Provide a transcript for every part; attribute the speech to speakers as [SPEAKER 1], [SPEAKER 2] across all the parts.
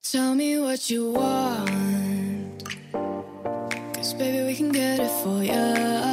[SPEAKER 1] Tell me what you want. Cause baby, we can get it for ya.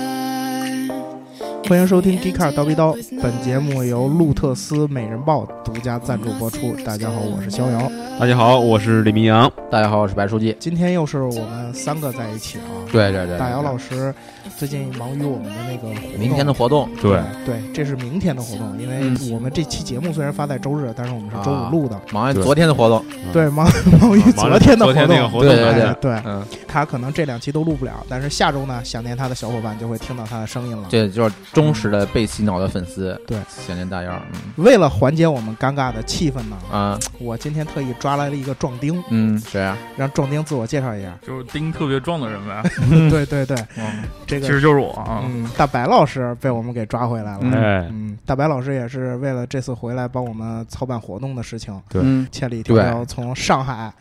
[SPEAKER 2] 欢迎收 听《迪卡尔刀逼刀》，本节目由路特斯美人豹独家赞助播出。大家好，我是逍遥。
[SPEAKER 3] 大家好，我是李明阳。
[SPEAKER 4] 大家好，我是白书记。
[SPEAKER 2] 今天又是我们三个在一起啊。
[SPEAKER 4] 对对对，
[SPEAKER 2] 大姚老
[SPEAKER 4] 师，
[SPEAKER 2] 师最近忙于我们的那个活动
[SPEAKER 4] 明天的活动，
[SPEAKER 3] 对，
[SPEAKER 2] 对，这是明天的活动，因为
[SPEAKER 4] 嗯
[SPEAKER 2] 我们这期节目虽然发在周日，但是我们是周五
[SPEAKER 4] 啊
[SPEAKER 2] 录的。
[SPEAKER 4] 忙完
[SPEAKER 3] 对
[SPEAKER 4] 昨天的活动，
[SPEAKER 2] 对，忙 忙于
[SPEAKER 3] 啊忙着
[SPEAKER 2] 天的
[SPEAKER 3] 昨天那个
[SPEAKER 2] 动。
[SPEAKER 3] 活动，
[SPEAKER 4] 对对
[SPEAKER 2] 哎对，
[SPEAKER 4] 嗯，
[SPEAKER 2] 他可能这两期都录不了，但是下周呢，想念他的小伙伴就会听到他的声音了。
[SPEAKER 4] 这就是忠实的被洗脑的粉丝，
[SPEAKER 2] 对
[SPEAKER 4] 想念大姚，嗯
[SPEAKER 2] 为了缓解我们尴尬的气氛呢，
[SPEAKER 4] 啊，
[SPEAKER 2] 我今天特意抓来了一个壮丁，
[SPEAKER 4] 嗯，谁啊？
[SPEAKER 2] 让壮丁自我介绍一下。 嗯
[SPEAKER 5] 就是丁特别壮的人呗，嗯
[SPEAKER 2] 对对对，这
[SPEAKER 5] 其
[SPEAKER 2] 个
[SPEAKER 5] 实就是我啊。
[SPEAKER 2] 嗯，大白老师被我们给抓回来了。
[SPEAKER 4] 嗯
[SPEAKER 3] 哎，
[SPEAKER 2] 嗯，大白老师也是为了这次回来帮我们操办活动的事情，
[SPEAKER 3] 对
[SPEAKER 4] 嗯，
[SPEAKER 2] 千里迢�迢从上海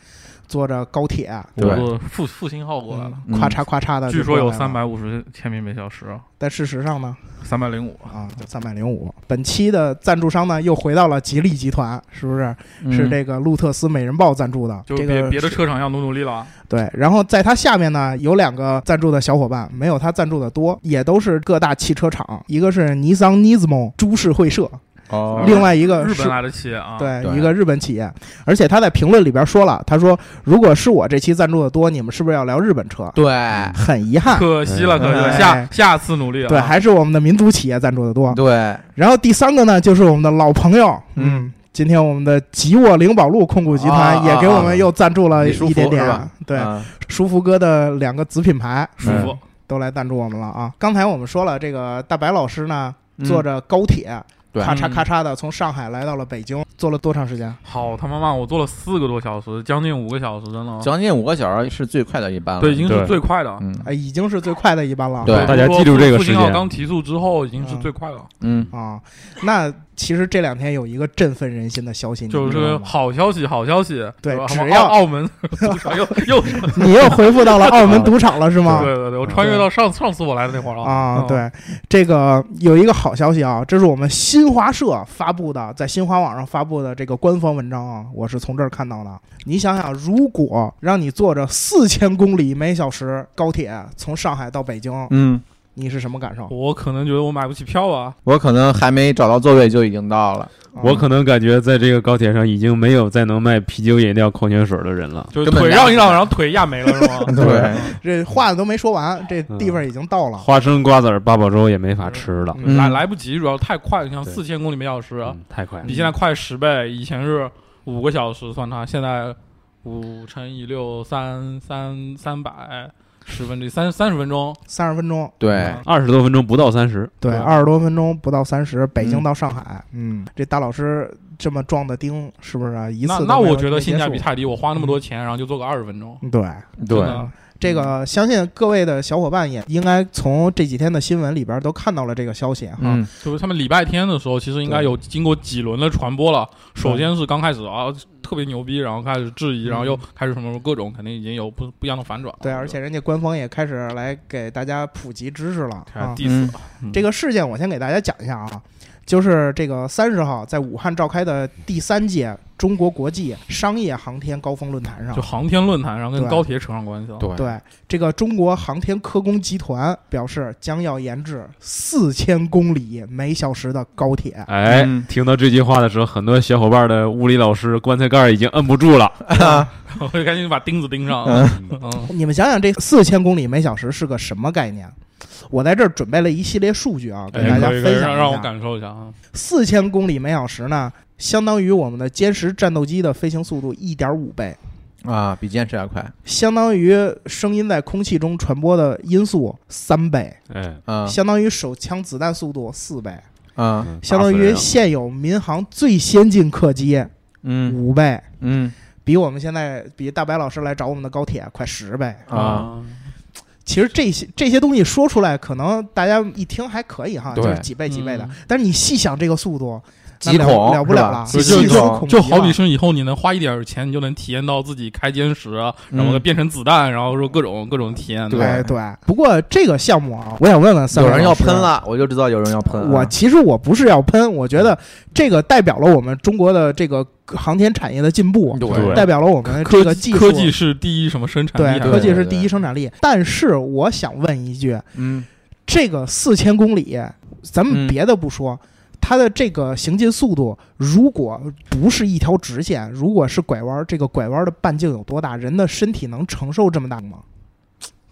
[SPEAKER 2] 坐着高铁，
[SPEAKER 5] 我
[SPEAKER 4] 对，
[SPEAKER 5] 做复复兴号过来了，
[SPEAKER 2] 嗯咔嚓咔嚓的，
[SPEAKER 5] 据说有三，百五十千米每小时，
[SPEAKER 2] 但事实上呢，
[SPEAKER 5] 三百零五。
[SPEAKER 2] 啊，就三百零五。本期的赞助商呢，又回到了吉利集团，是不是？
[SPEAKER 4] 嗯
[SPEAKER 2] 是这个路特斯美人豹赞助的，
[SPEAKER 5] 就
[SPEAKER 2] 这
[SPEAKER 5] 别、
[SPEAKER 2] 个
[SPEAKER 5] 别的
[SPEAKER 2] 是
[SPEAKER 5] 车厂要努努力了啊，
[SPEAKER 2] 对，然后在他下面呢有两个赞助的小伙伴，没有他赞助的多，也都是各大汽车厂，一个是尼桑 Nismo 株式会社，
[SPEAKER 4] 哦，
[SPEAKER 2] 另外一个
[SPEAKER 5] 日
[SPEAKER 2] 呃是
[SPEAKER 5] 本。来的企业啊，，
[SPEAKER 2] 对，
[SPEAKER 4] 对
[SPEAKER 2] 一个日本企业，而且他在评论里边说了，他说如果是我这期赞助的多，你们是不是要聊日本车？
[SPEAKER 4] 对，
[SPEAKER 2] 很遗憾，
[SPEAKER 5] 可惜了，
[SPEAKER 3] 嗯
[SPEAKER 5] 可惜了，
[SPEAKER 2] 哎
[SPEAKER 5] 下下次努力啊。
[SPEAKER 2] 对，还是我们的民族企业赞助的多。
[SPEAKER 4] 对，
[SPEAKER 2] 然后第三个呢，就是我们的老朋友，嗯，今天我们的吉沃灵宝路控股集团
[SPEAKER 4] 啊
[SPEAKER 2] 也给我们又赞助
[SPEAKER 5] 啊
[SPEAKER 2] 了
[SPEAKER 4] 李书
[SPEAKER 2] 一
[SPEAKER 4] 福
[SPEAKER 2] 点
[SPEAKER 4] 是
[SPEAKER 2] 点
[SPEAKER 4] 吧，
[SPEAKER 2] 对，
[SPEAKER 4] 啊
[SPEAKER 2] 舒服哥的两个子品牌嗯
[SPEAKER 5] 舒
[SPEAKER 3] 嗯
[SPEAKER 5] 服，
[SPEAKER 2] 都来赞助我们了啊！刚才我们说了，这个大白老师呢，
[SPEAKER 3] 嗯
[SPEAKER 2] 坐着高铁，
[SPEAKER 4] 嗯对
[SPEAKER 2] 咔
[SPEAKER 5] 嗯
[SPEAKER 2] 嚓咔嚓的从上海来到了北京，坐了多长时间？
[SPEAKER 5] 好他妈慢，我坐了四个多小时，将近五个小时，真的啊，
[SPEAKER 4] 将近五个小时是最快的一班了，
[SPEAKER 5] 对，已经
[SPEAKER 3] 对
[SPEAKER 5] 是最快的。
[SPEAKER 4] 嗯
[SPEAKER 2] 哎，已经是最快的一班了。
[SPEAKER 4] 对
[SPEAKER 3] 大家记住这个
[SPEAKER 5] 复
[SPEAKER 3] 时
[SPEAKER 5] 兴号
[SPEAKER 3] 间。
[SPEAKER 5] 刚提速之后，已经是最快了，
[SPEAKER 4] 嗯，
[SPEAKER 2] 啊，那其实这两天有一个振奋人心的消息，你
[SPEAKER 5] 就
[SPEAKER 2] 知道
[SPEAKER 5] 是
[SPEAKER 2] 吗
[SPEAKER 5] 好消息，好消息。
[SPEAKER 2] 对
[SPEAKER 5] 吧
[SPEAKER 2] 只
[SPEAKER 5] 什么
[SPEAKER 2] 要
[SPEAKER 5] 澳澳门 又 又是
[SPEAKER 2] 你又恢复到了澳门赌场了，是吗？
[SPEAKER 5] 对对对，我穿越到上上次我来的那会儿了
[SPEAKER 2] 嗯啊，
[SPEAKER 5] 嗯
[SPEAKER 2] 对，这个有一个好消息啊，这是我们新华社发布的，在新华网上发布的这个官方文章啊，我是从这儿看到的。你想想，如果让你坐着四千公里每小时高铁从上海到北京，
[SPEAKER 4] 嗯，
[SPEAKER 2] 你是什么感受？
[SPEAKER 5] 我可能觉得我买不起票啊，
[SPEAKER 4] 我可能还没找到座位就已经到了，
[SPEAKER 2] 啊
[SPEAKER 3] 我可能感觉在这个高铁上已经没有再能卖啤酒、饮料、矿泉水的人了。
[SPEAKER 5] 就是
[SPEAKER 4] 根本
[SPEAKER 5] 腿
[SPEAKER 4] 拉
[SPEAKER 5] 让
[SPEAKER 4] 不
[SPEAKER 5] 一
[SPEAKER 4] 开
[SPEAKER 5] 让，然后腿压没了是吗？
[SPEAKER 3] 对
[SPEAKER 2] 这话都没说完，这
[SPEAKER 5] 嗯
[SPEAKER 2] 地方已经到了。
[SPEAKER 3] 花生、瓜子儿、八宝粥也没法吃了，
[SPEAKER 2] 嗯
[SPEAKER 5] 来来不及，主要太快，你像
[SPEAKER 3] 对
[SPEAKER 5] 四千公里每小时，
[SPEAKER 3] 嗯太快了
[SPEAKER 5] 啊比。现在快十倍。以前是五个小时算它，现在五乘以六三三三百十分之一三三十分钟，
[SPEAKER 2] 三十分钟，
[SPEAKER 4] 对，
[SPEAKER 3] 二十多分钟不到三十，
[SPEAKER 2] 对，
[SPEAKER 5] 对
[SPEAKER 2] 二十多分钟不到三十，北京
[SPEAKER 4] 嗯
[SPEAKER 2] 到上海，嗯，这大老师这么撞的钉，是不是啊一次
[SPEAKER 5] 那
[SPEAKER 2] 都
[SPEAKER 5] 那
[SPEAKER 2] 没有
[SPEAKER 5] 我觉得
[SPEAKER 2] 没
[SPEAKER 5] 性价
[SPEAKER 2] 结
[SPEAKER 5] 比
[SPEAKER 2] 束嗯
[SPEAKER 5] 太低，我花那么多钱，然后就坐个二十分钟，
[SPEAKER 2] 对。
[SPEAKER 5] 真
[SPEAKER 4] 对，
[SPEAKER 5] 的
[SPEAKER 2] 这个相信各位的小伙伴也应该从这几天的新闻里边都看到了这个消息哈。
[SPEAKER 4] 嗯，
[SPEAKER 5] 就是他们礼拜天的时候，其实应该有经过几轮的传播了。首先是刚开始啊，特别牛逼，然后开始质疑，然后又
[SPEAKER 2] 嗯
[SPEAKER 5] 开始什么各种，肯定已经有不不一样的反转了。
[SPEAKER 2] 对，而且人家官方也开始来给大家普及知识了
[SPEAKER 5] 开始
[SPEAKER 2] 啊。
[SPEAKER 4] 嗯
[SPEAKER 5] diss 了
[SPEAKER 2] 这个事件我先给大家讲一下啊，就是这个三十号在武汉召开的第三届中国国际商业航天高峰论坛上
[SPEAKER 5] 就，航天论坛，然后跟
[SPEAKER 2] 对
[SPEAKER 5] 高铁扯上关系了。
[SPEAKER 4] 对，
[SPEAKER 2] 啊对这个中国航天科工集团表示将要研制四千公里每小时的高铁。
[SPEAKER 3] 哎
[SPEAKER 4] 嗯，
[SPEAKER 3] 听到这句话的时候，很多小伙伴的物理老师棺材盖儿已经摁不住了。
[SPEAKER 5] 我就赶紧把钉子钉上。嗯，
[SPEAKER 2] 你们想想，这四千公里每小时是个什么概念？我在这儿准备了一系列数据啊，
[SPEAKER 5] 哎
[SPEAKER 2] 跟大家
[SPEAKER 5] 可以可以
[SPEAKER 2] 分享
[SPEAKER 5] 让
[SPEAKER 2] 一
[SPEAKER 5] 让我
[SPEAKER 2] 下。
[SPEAKER 5] 感受一下啊。
[SPEAKER 2] 四千公里每小时呢，相当于我们的歼十战斗机的飞行速度一点五倍，
[SPEAKER 4] 啊，比坚持要快，
[SPEAKER 2] 相当于声音在空气中传播的音速三倍，
[SPEAKER 3] 哎，
[SPEAKER 4] 啊
[SPEAKER 2] 相当于手枪子弹速度四倍，
[SPEAKER 4] 啊，
[SPEAKER 3] 嗯
[SPEAKER 2] 相当于现有民航最先进客机
[SPEAKER 4] 嗯
[SPEAKER 2] 五倍，
[SPEAKER 4] 嗯
[SPEAKER 2] 比我们现在比大白老师来找我们的高铁快十倍。
[SPEAKER 4] 啊，，
[SPEAKER 2] 其实这些这些东西说出来，可能大家一听还可以哈，
[SPEAKER 4] 对
[SPEAKER 2] 就是几倍几倍的。
[SPEAKER 5] 嗯
[SPEAKER 2] 但是你细想这个速度，那
[SPEAKER 4] 几
[SPEAKER 2] 了
[SPEAKER 4] 孔
[SPEAKER 2] 了不
[SPEAKER 4] 是
[SPEAKER 2] 了
[SPEAKER 4] 吧
[SPEAKER 2] 了，
[SPEAKER 4] 就
[SPEAKER 2] 细
[SPEAKER 5] 这
[SPEAKER 2] 数
[SPEAKER 4] 种
[SPEAKER 2] 孔
[SPEAKER 5] 就
[SPEAKER 2] 极
[SPEAKER 5] 好比
[SPEAKER 2] 了
[SPEAKER 5] 是以后你能花一点钱，你就能体验到自己开歼十啊，然后
[SPEAKER 4] 嗯
[SPEAKER 5] 变成子弹，然后说各种各种体验。
[SPEAKER 4] 对
[SPEAKER 2] 哎对。不过这个项目啊，我想问问三
[SPEAKER 4] 有
[SPEAKER 2] 位
[SPEAKER 4] 人要
[SPEAKER 2] 老师
[SPEAKER 4] 喷。了，我就知道有人要喷啊。
[SPEAKER 2] 我其实我不是要喷，我觉得这个代表了我们中国的这个航天产业的进步，
[SPEAKER 4] 嗯
[SPEAKER 3] 对
[SPEAKER 2] 代表了我们这
[SPEAKER 5] 科
[SPEAKER 2] 个技
[SPEAKER 5] 技
[SPEAKER 2] 术
[SPEAKER 5] 科技是第一什么生产
[SPEAKER 2] 对
[SPEAKER 5] 力啊？
[SPEAKER 2] 科技
[SPEAKER 4] 对
[SPEAKER 2] 是
[SPEAKER 4] 对
[SPEAKER 2] 第一生产力。但是我想问一句，啊
[SPEAKER 4] 嗯，
[SPEAKER 2] 这个四千公里，咱们
[SPEAKER 4] 嗯
[SPEAKER 2] 别的不说，它的这个行进速度，如果不是一条直线，如果是拐弯，这个拐弯的半径有多大？人的身体能承受这么大吗？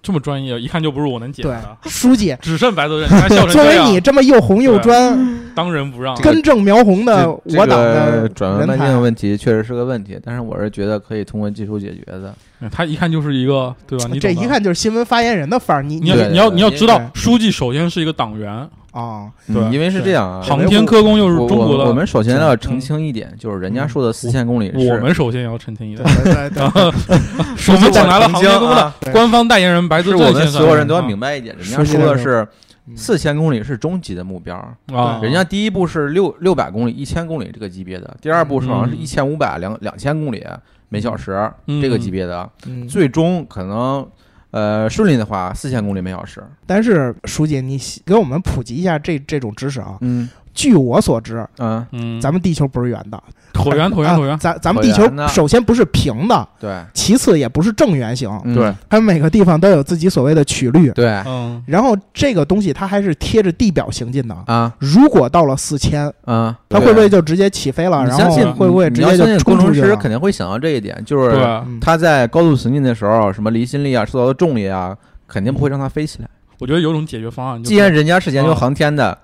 [SPEAKER 5] 这么专业，一看就不是我能解
[SPEAKER 2] 对
[SPEAKER 5] 的。，
[SPEAKER 2] 书 记，
[SPEAKER 5] 只剩白头人，你啊看笑 成
[SPEAKER 2] 作
[SPEAKER 5] 这
[SPEAKER 2] 为
[SPEAKER 5] 样啊
[SPEAKER 2] 你，这么又红又专、
[SPEAKER 5] 当仁不让。
[SPEAKER 4] 这个
[SPEAKER 2] 根正苗红的
[SPEAKER 4] 这
[SPEAKER 2] 呃我党的
[SPEAKER 4] 这个转弯
[SPEAKER 2] 人
[SPEAKER 4] 半径
[SPEAKER 2] 才啊
[SPEAKER 4] 的，问题确实是个问题，但是我是觉得可以通过技术解决的。
[SPEAKER 5] 他一看就是一个，对吧？你
[SPEAKER 2] 这
[SPEAKER 5] 懂的
[SPEAKER 2] 一，看就是新闻发言人的范儿。你
[SPEAKER 5] 你
[SPEAKER 2] 你
[SPEAKER 5] 要
[SPEAKER 4] 对对
[SPEAKER 5] 你要
[SPEAKER 4] 对
[SPEAKER 5] 你要知道
[SPEAKER 2] 对，
[SPEAKER 5] 书记首先是一个党员，
[SPEAKER 2] 啊，
[SPEAKER 5] 对
[SPEAKER 4] 嗯因为是这样啊，
[SPEAKER 5] 航天科工又是
[SPEAKER 4] 我
[SPEAKER 5] 中国的，嗯
[SPEAKER 4] 我我们首先要澄清一点，就是人家
[SPEAKER 2] 嗯
[SPEAKER 4] 说的四千公里是
[SPEAKER 5] 我们首先要澄清一下
[SPEAKER 2] 对，对 对，
[SPEAKER 5] 我啊们
[SPEAKER 4] 讲
[SPEAKER 5] 请来了航
[SPEAKER 4] 航
[SPEAKER 5] 天
[SPEAKER 4] 天
[SPEAKER 5] 工的
[SPEAKER 2] 对
[SPEAKER 5] 官方代言人白自
[SPEAKER 4] 是
[SPEAKER 5] 正
[SPEAKER 4] 我
[SPEAKER 5] 先
[SPEAKER 4] 们
[SPEAKER 5] 生，
[SPEAKER 4] 所有人都
[SPEAKER 5] 啊
[SPEAKER 4] 要明白一点，人家说的是
[SPEAKER 2] 嗯
[SPEAKER 4] 四千公里是终极的目标，
[SPEAKER 5] 啊，
[SPEAKER 4] 人家第一步是六六百公里、一千公里这个级别的，第二步是好像是一千五百、两两千公里每小时
[SPEAKER 5] 嗯
[SPEAKER 4] 这个级别的，
[SPEAKER 2] 嗯
[SPEAKER 4] 最终可能呃顺利的话四千公里每小时。
[SPEAKER 2] 但是书记，你给我们普及一下这这种知识啊。
[SPEAKER 4] 嗯
[SPEAKER 2] 据我所知，
[SPEAKER 4] 嗯，
[SPEAKER 5] 嗯，
[SPEAKER 2] 咱们地球不是圆的，
[SPEAKER 5] 椭圆椭圆
[SPEAKER 2] 啊
[SPEAKER 5] 椭圆，
[SPEAKER 2] 咱咱们地
[SPEAKER 4] 椭
[SPEAKER 2] 球
[SPEAKER 4] 圆的
[SPEAKER 2] 首先不是平的，
[SPEAKER 4] 对
[SPEAKER 2] 其次也不是正圆形，
[SPEAKER 4] 嗯
[SPEAKER 3] 对
[SPEAKER 2] 它每个地方都有自己所谓的曲率。
[SPEAKER 4] 对
[SPEAKER 5] 嗯，
[SPEAKER 2] 然后这个东西它还是贴着地表行进的。
[SPEAKER 4] 啊
[SPEAKER 2] 如果到了四千，
[SPEAKER 4] 啊，
[SPEAKER 2] 它会不会就直接起飞了？
[SPEAKER 4] 你
[SPEAKER 2] 然
[SPEAKER 4] 相
[SPEAKER 2] 后
[SPEAKER 4] 信
[SPEAKER 2] 会不会直
[SPEAKER 4] 你要
[SPEAKER 2] 接
[SPEAKER 4] 相信
[SPEAKER 2] 就
[SPEAKER 4] 工
[SPEAKER 2] 冲出
[SPEAKER 4] 程
[SPEAKER 2] 去
[SPEAKER 4] 师
[SPEAKER 2] 了？
[SPEAKER 4] 肯定会想到这一点，就是
[SPEAKER 5] 对，啊
[SPEAKER 2] 嗯
[SPEAKER 4] 他在高速行进的时候，什么离心力啊、受到的重力啊，肯定不会让它飞起来。
[SPEAKER 5] 我觉得有种解决方案，就
[SPEAKER 4] 既
[SPEAKER 5] 是
[SPEAKER 4] 然人家是研究
[SPEAKER 5] 啊
[SPEAKER 4] 航天的，
[SPEAKER 2] 嗯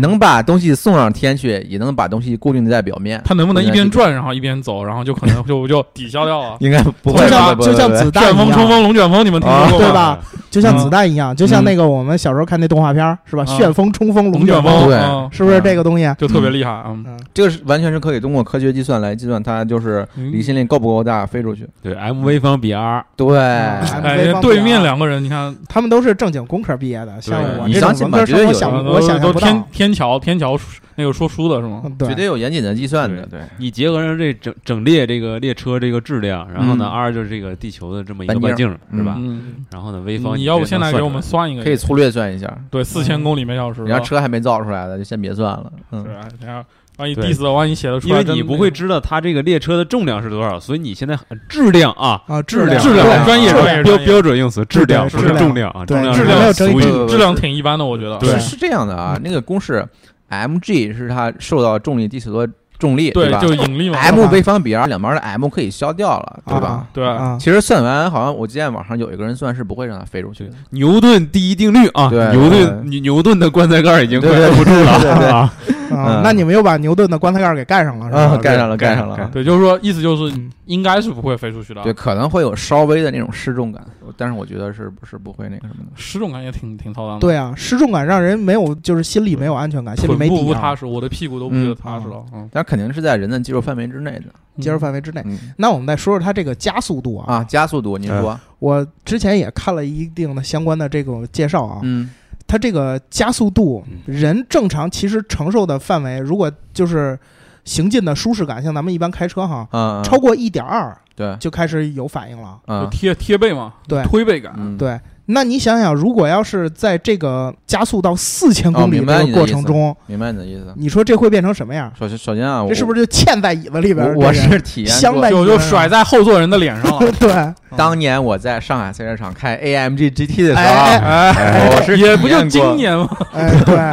[SPEAKER 4] 能把东西送上天去，也能把东西固定在表面。
[SPEAKER 5] 他能不能一
[SPEAKER 4] 固定在地
[SPEAKER 5] 边转，然后一边走，然后就可能 就就抵消掉啊。
[SPEAKER 4] 应该不
[SPEAKER 5] 就
[SPEAKER 4] 会
[SPEAKER 5] 像
[SPEAKER 4] 吧，不会
[SPEAKER 2] 就像
[SPEAKER 4] 不会
[SPEAKER 2] 子弹
[SPEAKER 5] 旋
[SPEAKER 2] 一
[SPEAKER 5] 风、
[SPEAKER 2] 样
[SPEAKER 5] 冲锋、龙卷风，你们听
[SPEAKER 4] 啊
[SPEAKER 5] 说过
[SPEAKER 2] 对
[SPEAKER 5] 吗？
[SPEAKER 2] 吧？就
[SPEAKER 4] 嗯
[SPEAKER 2] 像子弹一样，就像那个我们小时候看那动画片儿是吧？
[SPEAKER 4] 啊
[SPEAKER 5] 嗯
[SPEAKER 2] 旋风、冲锋、龙
[SPEAKER 5] 龙卷
[SPEAKER 2] 风，
[SPEAKER 4] 对
[SPEAKER 5] 嗯
[SPEAKER 2] 是不是这个东西？
[SPEAKER 5] 就特别厉害啊！嗯
[SPEAKER 2] 嗯，
[SPEAKER 4] 这个是完全是可以通过科学计算来计算它就是
[SPEAKER 5] 嗯
[SPEAKER 4] 离心力够不够大飞出去。
[SPEAKER 3] 对，MV 方比 R，
[SPEAKER 4] 对，
[SPEAKER 2] 嗯
[SPEAKER 5] 哎，对面两个人，你看，
[SPEAKER 2] 他们都是正经工科毕业的，像我
[SPEAKER 4] 你
[SPEAKER 2] 这种
[SPEAKER 4] 相信
[SPEAKER 2] 文科
[SPEAKER 4] 吗
[SPEAKER 2] 生，我
[SPEAKER 4] 绝对
[SPEAKER 2] 想
[SPEAKER 4] 有
[SPEAKER 2] 我想象
[SPEAKER 5] 都
[SPEAKER 2] 不
[SPEAKER 5] 天
[SPEAKER 2] 到。
[SPEAKER 5] 天桥天桥那个说书的是吗？
[SPEAKER 2] 嗯
[SPEAKER 4] 绝对有严谨的计算的。对，
[SPEAKER 3] 你结合上这整整列这个列车这个质量，然后呢
[SPEAKER 4] 嗯
[SPEAKER 3] ，R 就是这个地球的这么一个
[SPEAKER 4] 半
[SPEAKER 3] 半
[SPEAKER 4] 径
[SPEAKER 3] 径是吧？
[SPEAKER 5] 嗯，
[SPEAKER 3] 然后呢，V 方
[SPEAKER 5] 你要不
[SPEAKER 3] 直接
[SPEAKER 5] 现
[SPEAKER 3] 能
[SPEAKER 5] 在
[SPEAKER 3] 算
[SPEAKER 5] 给
[SPEAKER 3] 出
[SPEAKER 5] 我
[SPEAKER 3] 来
[SPEAKER 5] 们算一个？
[SPEAKER 4] 可以粗略算一下，
[SPEAKER 5] 对，四千公里每小时吧。啊
[SPEAKER 4] 人家车还没造出来的，就先别算了。
[SPEAKER 5] 对
[SPEAKER 4] 嗯，
[SPEAKER 5] 啊，等下万一
[SPEAKER 3] 对
[SPEAKER 5] diss 的，万一写的出
[SPEAKER 3] 因
[SPEAKER 5] 来，
[SPEAKER 3] 为你不会知道它这个列车的重量是多少，所以你现在质量啊，
[SPEAKER 2] 啊，质量
[SPEAKER 3] 质量
[SPEAKER 2] 对
[SPEAKER 5] 专业
[SPEAKER 2] 质量
[SPEAKER 3] 标
[SPEAKER 5] 专业
[SPEAKER 3] 标准用词，质量
[SPEAKER 2] 质
[SPEAKER 3] 不
[SPEAKER 2] 量
[SPEAKER 3] 是重量啊，
[SPEAKER 2] 对
[SPEAKER 3] 重量
[SPEAKER 2] 质
[SPEAKER 3] 是
[SPEAKER 5] 量
[SPEAKER 2] 没有争
[SPEAKER 3] 俗
[SPEAKER 2] 议
[SPEAKER 3] 语
[SPEAKER 2] 不不
[SPEAKER 4] 不
[SPEAKER 5] 质量挺一般的，我觉得。
[SPEAKER 2] 对
[SPEAKER 4] 是是这样的啊，那个公式，mg 是它受到重力地球的重力，
[SPEAKER 5] 对
[SPEAKER 4] 吧，
[SPEAKER 5] 就引力嘛。
[SPEAKER 4] ？m 微方比 r 两边的 m 可以消掉了，对吧
[SPEAKER 2] 啊？
[SPEAKER 5] 对
[SPEAKER 2] 啊，
[SPEAKER 4] 其实算完，好像我见网上有一个人算是不会让它飞出去的。
[SPEAKER 3] 牛顿第一定律啊
[SPEAKER 4] 对，
[SPEAKER 3] 牛
[SPEAKER 4] 对
[SPEAKER 3] 顿牛牛顿的棺材盖已经快
[SPEAKER 4] 对对
[SPEAKER 3] 摁不住了
[SPEAKER 4] 对对对
[SPEAKER 3] 啊，
[SPEAKER 2] 啊
[SPEAKER 4] 嗯
[SPEAKER 2] 那你们又把牛顿的棺材盖给盖上了，是吧？
[SPEAKER 4] 啊，盖上了，盖上
[SPEAKER 3] 盖
[SPEAKER 4] 了
[SPEAKER 3] 上。
[SPEAKER 5] 对，就是说，意思就是
[SPEAKER 2] 嗯
[SPEAKER 5] 应该是不会飞出去的。
[SPEAKER 4] 对，，可能会有稍微的那种失重感，但是我觉得是不是不会那个什么的。
[SPEAKER 5] 失重感也挺挺操蛋的。，
[SPEAKER 2] 对啊，失重感让人没有，就是心里没有安全感，心里
[SPEAKER 5] 臀
[SPEAKER 2] 没
[SPEAKER 5] 部
[SPEAKER 2] 底
[SPEAKER 5] 不踏
[SPEAKER 2] 啊，
[SPEAKER 5] 实，我的屁股都不觉得踏实了。嗯，
[SPEAKER 4] 但肯定是在人的技术范围之内的。
[SPEAKER 2] 接受范围之内。
[SPEAKER 4] 嗯
[SPEAKER 2] 那我们再说说它这个加速度啊，
[SPEAKER 4] 啊，加速度，你说，
[SPEAKER 2] 我之前也看了一定的相关的这种介绍啊，
[SPEAKER 4] 嗯
[SPEAKER 2] 它这个加速度，人正常其实承受的范围，如果就是行进的舒适感，像咱们一般开车哈，
[SPEAKER 4] 啊，
[SPEAKER 2] 超过一点二
[SPEAKER 4] 对，
[SPEAKER 2] 就开始有反应了。
[SPEAKER 5] 就
[SPEAKER 4] 啊，
[SPEAKER 5] 嗯贴贴背嘛，
[SPEAKER 2] 对
[SPEAKER 5] 推背感。
[SPEAKER 4] 嗯，
[SPEAKER 2] 对，那你想想，如果要是在这个加速到四千公里
[SPEAKER 4] 哦明白
[SPEAKER 2] 这
[SPEAKER 4] 你
[SPEAKER 2] 个
[SPEAKER 4] 的
[SPEAKER 2] 过程中，
[SPEAKER 4] 明白你的意思。
[SPEAKER 2] 你说这会变成什么样？
[SPEAKER 4] 首先，首先啊，我
[SPEAKER 2] 这是不是就嵌在椅子里边儿？
[SPEAKER 4] 我我
[SPEAKER 2] 这 人
[SPEAKER 4] 是体验
[SPEAKER 2] 镶
[SPEAKER 4] 过
[SPEAKER 2] 在，
[SPEAKER 5] 就
[SPEAKER 2] ，
[SPEAKER 5] 就甩在后座人的脸上了
[SPEAKER 2] 对，哎
[SPEAKER 4] 当年我在上海赛车场开 AMG GT 的时
[SPEAKER 2] 哎
[SPEAKER 4] 候，啊
[SPEAKER 5] 哎
[SPEAKER 4] 我是
[SPEAKER 5] 也不
[SPEAKER 4] 体验
[SPEAKER 5] 就
[SPEAKER 4] 过
[SPEAKER 5] 今年吗？
[SPEAKER 2] 哎，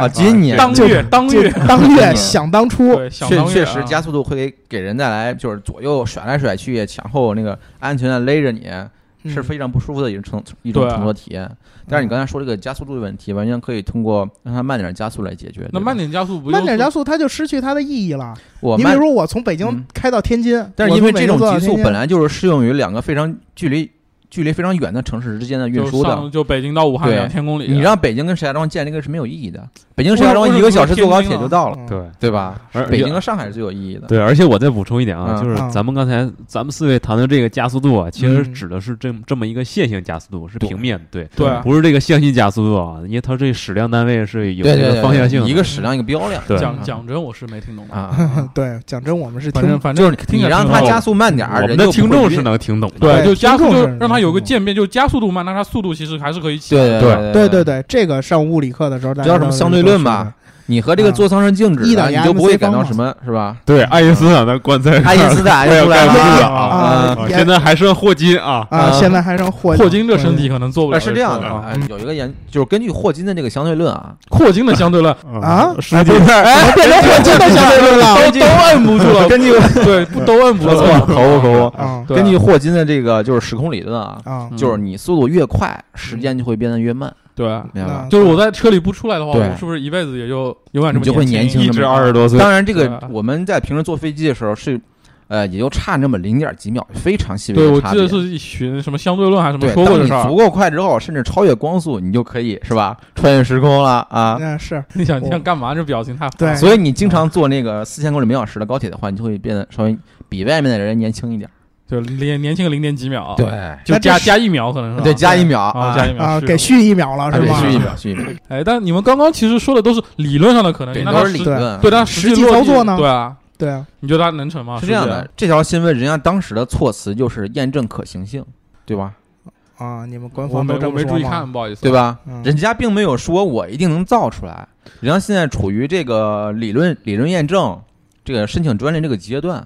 [SPEAKER 2] 对，
[SPEAKER 4] 啊，今年
[SPEAKER 5] 当
[SPEAKER 2] 就
[SPEAKER 5] 月当
[SPEAKER 2] 就
[SPEAKER 5] 月，
[SPEAKER 2] 当月
[SPEAKER 4] 嗯
[SPEAKER 2] 想当初，
[SPEAKER 5] 对，想
[SPEAKER 4] 确
[SPEAKER 5] 当月
[SPEAKER 4] 确
[SPEAKER 5] 啊
[SPEAKER 4] 实加速度会给给人带来就是左右甩来甩去，前后那个安全的勒着你，
[SPEAKER 2] 嗯
[SPEAKER 4] 是非常不舒服的一种乘一种
[SPEAKER 5] 对啊
[SPEAKER 4] 乘坐体验。但是你刚才说这个加速度的问题，完全可以通过让它慢点加速来解决。
[SPEAKER 5] 那慢，点加速不就
[SPEAKER 2] 慢点加速，它就失去它的意义了。
[SPEAKER 4] 我
[SPEAKER 2] 你比
[SPEAKER 4] 慢
[SPEAKER 2] 如说，我从北京
[SPEAKER 4] 嗯
[SPEAKER 2] 开到天津，
[SPEAKER 4] 但是
[SPEAKER 2] 我
[SPEAKER 4] 因为
[SPEAKER 2] 从北
[SPEAKER 4] 这
[SPEAKER 2] 京
[SPEAKER 4] 种
[SPEAKER 2] 坐到
[SPEAKER 4] 极速
[SPEAKER 2] 天津嗯
[SPEAKER 4] 本来就是适用于两个非常距离距离非常远的城市之间的运
[SPEAKER 5] 就
[SPEAKER 4] 输的
[SPEAKER 5] 上。就北京到武汉
[SPEAKER 4] 对
[SPEAKER 5] 两千公里，啊
[SPEAKER 4] 你让北京跟石家庄建这个是没有意义的。北京石家庄一个小时坐高铁就到了，
[SPEAKER 2] 嗯
[SPEAKER 3] 啊对，
[SPEAKER 4] 对吧？
[SPEAKER 3] 而
[SPEAKER 4] 北京和上海是最有意义的。
[SPEAKER 3] 对，而且我再补充一点啊，
[SPEAKER 4] 嗯
[SPEAKER 3] 就是
[SPEAKER 2] 嗯
[SPEAKER 3] 咱们刚才咱们四位谈的这个加速度啊，其实
[SPEAKER 2] 嗯
[SPEAKER 3] 指的是这这么一个线性加速度，是
[SPEAKER 4] 对
[SPEAKER 3] 平面的，对，
[SPEAKER 5] 对
[SPEAKER 3] 不是这个向心加速度啊，因为它这矢量单位是有
[SPEAKER 4] 对
[SPEAKER 3] 这
[SPEAKER 4] 对对
[SPEAKER 3] 个方向性的，
[SPEAKER 4] 一个矢量一个标量。
[SPEAKER 3] 对
[SPEAKER 5] 讲讲真，我是没听懂。
[SPEAKER 4] 嗯啊，
[SPEAKER 2] 对，讲真，我们是
[SPEAKER 5] 反正
[SPEAKER 2] 听
[SPEAKER 5] 反
[SPEAKER 4] 就
[SPEAKER 5] 正
[SPEAKER 4] 是你让他加速慢点儿，
[SPEAKER 3] 我们
[SPEAKER 4] 人
[SPEAKER 3] 的
[SPEAKER 4] 就不
[SPEAKER 3] 听众
[SPEAKER 4] 会
[SPEAKER 3] 是
[SPEAKER 4] 晕
[SPEAKER 3] 能听懂的，
[SPEAKER 5] 对，
[SPEAKER 2] 对
[SPEAKER 5] 就加速，
[SPEAKER 2] 听众
[SPEAKER 5] 就是让它有个
[SPEAKER 2] 嗯
[SPEAKER 5] 渐变，就加速度慢，但它速度其实还是可以起。
[SPEAKER 4] 对对
[SPEAKER 2] 对
[SPEAKER 4] 对
[SPEAKER 3] 啊
[SPEAKER 2] 对，对，这个上物理课的时候，大家
[SPEAKER 4] 叫什么
[SPEAKER 2] 都
[SPEAKER 4] 相对论吧？你和这个做桑葚静止
[SPEAKER 2] 一
[SPEAKER 4] 的，
[SPEAKER 2] 等于
[SPEAKER 4] 你就不会
[SPEAKER 2] MC
[SPEAKER 4] 感到
[SPEAKER 2] 方
[SPEAKER 4] 什么 是吧？
[SPEAKER 3] 对，爱因斯坦的棺材
[SPEAKER 4] 爱因斯坦就出
[SPEAKER 3] 快要盖
[SPEAKER 4] 来
[SPEAKER 3] 不住
[SPEAKER 4] 了
[SPEAKER 3] 了啊
[SPEAKER 2] 啊
[SPEAKER 3] 啊
[SPEAKER 2] 也
[SPEAKER 3] 现在还剩霍金啊，
[SPEAKER 2] 啊，
[SPEAKER 4] 啊
[SPEAKER 2] 现在还剩霍
[SPEAKER 5] 霍金这身体可能做不了。
[SPEAKER 4] 啊，是这样的，
[SPEAKER 5] 啊
[SPEAKER 4] 哎有一个研就是根据霍金的这个相对 论啊，
[SPEAKER 5] 霍金的相 对论
[SPEAKER 3] 嗯
[SPEAKER 2] 啊，
[SPEAKER 3] 世界
[SPEAKER 2] 哎，变成霍金的相对论 了
[SPEAKER 5] 都都摁不住了，根据对不都摁不住了。
[SPEAKER 4] 口误口误，
[SPEAKER 2] 啊
[SPEAKER 5] 对
[SPEAKER 4] 根据霍金的这个就是时空理论啊，
[SPEAKER 2] 啊
[SPEAKER 5] 嗯
[SPEAKER 4] 就是你速度越快，时间就会变得越慢，
[SPEAKER 5] 对，啊
[SPEAKER 4] 明白吧？
[SPEAKER 5] 就是我在车里不出来的话，
[SPEAKER 4] 对
[SPEAKER 5] 我是不是一辈子也就永远这
[SPEAKER 4] 你
[SPEAKER 5] 么
[SPEAKER 4] 就会年轻
[SPEAKER 5] 一
[SPEAKER 3] 一
[SPEAKER 5] 直
[SPEAKER 3] 直二十多岁，
[SPEAKER 4] 当然，这个
[SPEAKER 5] 对啊
[SPEAKER 4] 我们在平时坐飞机的时候是，呃，也就差那么零点几秒，非常细
[SPEAKER 5] 对，
[SPEAKER 4] 微
[SPEAKER 5] 我
[SPEAKER 4] 的差
[SPEAKER 5] 记
[SPEAKER 4] 别。
[SPEAKER 5] 得是寻什么相对论还是什么
[SPEAKER 4] 对，
[SPEAKER 5] 说过
[SPEAKER 4] 当
[SPEAKER 5] 这
[SPEAKER 4] 你
[SPEAKER 5] 事儿啊
[SPEAKER 4] 足。够快之后，甚至超越光速，你就可以是吧？穿越时空了啊！
[SPEAKER 2] 嗯是
[SPEAKER 5] 你想你想干嘛？这表情太
[SPEAKER 2] 对
[SPEAKER 4] 所以你经常坐那个四千公里每小时的高铁的话，你就会变得稍微比外面的人年轻一点。
[SPEAKER 5] 就年年轻个零点几秒，，啊
[SPEAKER 4] 对，
[SPEAKER 5] 就
[SPEAKER 2] 那这
[SPEAKER 5] 加
[SPEAKER 2] 是
[SPEAKER 5] 加一秒可能是吧？
[SPEAKER 4] 对，加一秒
[SPEAKER 5] 啊，
[SPEAKER 4] 啊，
[SPEAKER 5] 加一秒
[SPEAKER 2] 啊，
[SPEAKER 5] 是
[SPEAKER 2] 给续一秒了
[SPEAKER 4] 啊
[SPEAKER 2] 是
[SPEAKER 4] 对，
[SPEAKER 2] 吗？
[SPEAKER 4] 续一秒，续一秒，
[SPEAKER 5] 哎，但你们刚刚其实说的都是理论上的可能性，
[SPEAKER 4] 对，
[SPEAKER 5] 那
[SPEAKER 4] 都
[SPEAKER 5] 它
[SPEAKER 4] 是理
[SPEAKER 5] 实
[SPEAKER 4] 论。
[SPEAKER 5] 对，但
[SPEAKER 2] 实际
[SPEAKER 5] 落
[SPEAKER 2] 操
[SPEAKER 5] 地
[SPEAKER 2] 作呢
[SPEAKER 5] 对啊，
[SPEAKER 2] 对啊，
[SPEAKER 5] 你觉得它能成吗？
[SPEAKER 4] 是这样
[SPEAKER 5] 实
[SPEAKER 4] 的
[SPEAKER 5] 际，
[SPEAKER 4] 这条新闻人家当时的措辞就是验证可行性，对吧？
[SPEAKER 2] 啊，你们官
[SPEAKER 5] 我
[SPEAKER 2] 方
[SPEAKER 5] 没
[SPEAKER 2] 都这
[SPEAKER 5] 我
[SPEAKER 2] 么
[SPEAKER 5] 没注
[SPEAKER 2] 说
[SPEAKER 5] 意
[SPEAKER 2] 吗？
[SPEAKER 5] 看，不好意思，啊
[SPEAKER 4] 对？吧？
[SPEAKER 2] 嗯
[SPEAKER 4] 人家并没有说我一定能造出来，人家现在处于这个理论理论验证这个申请专利这个阶段，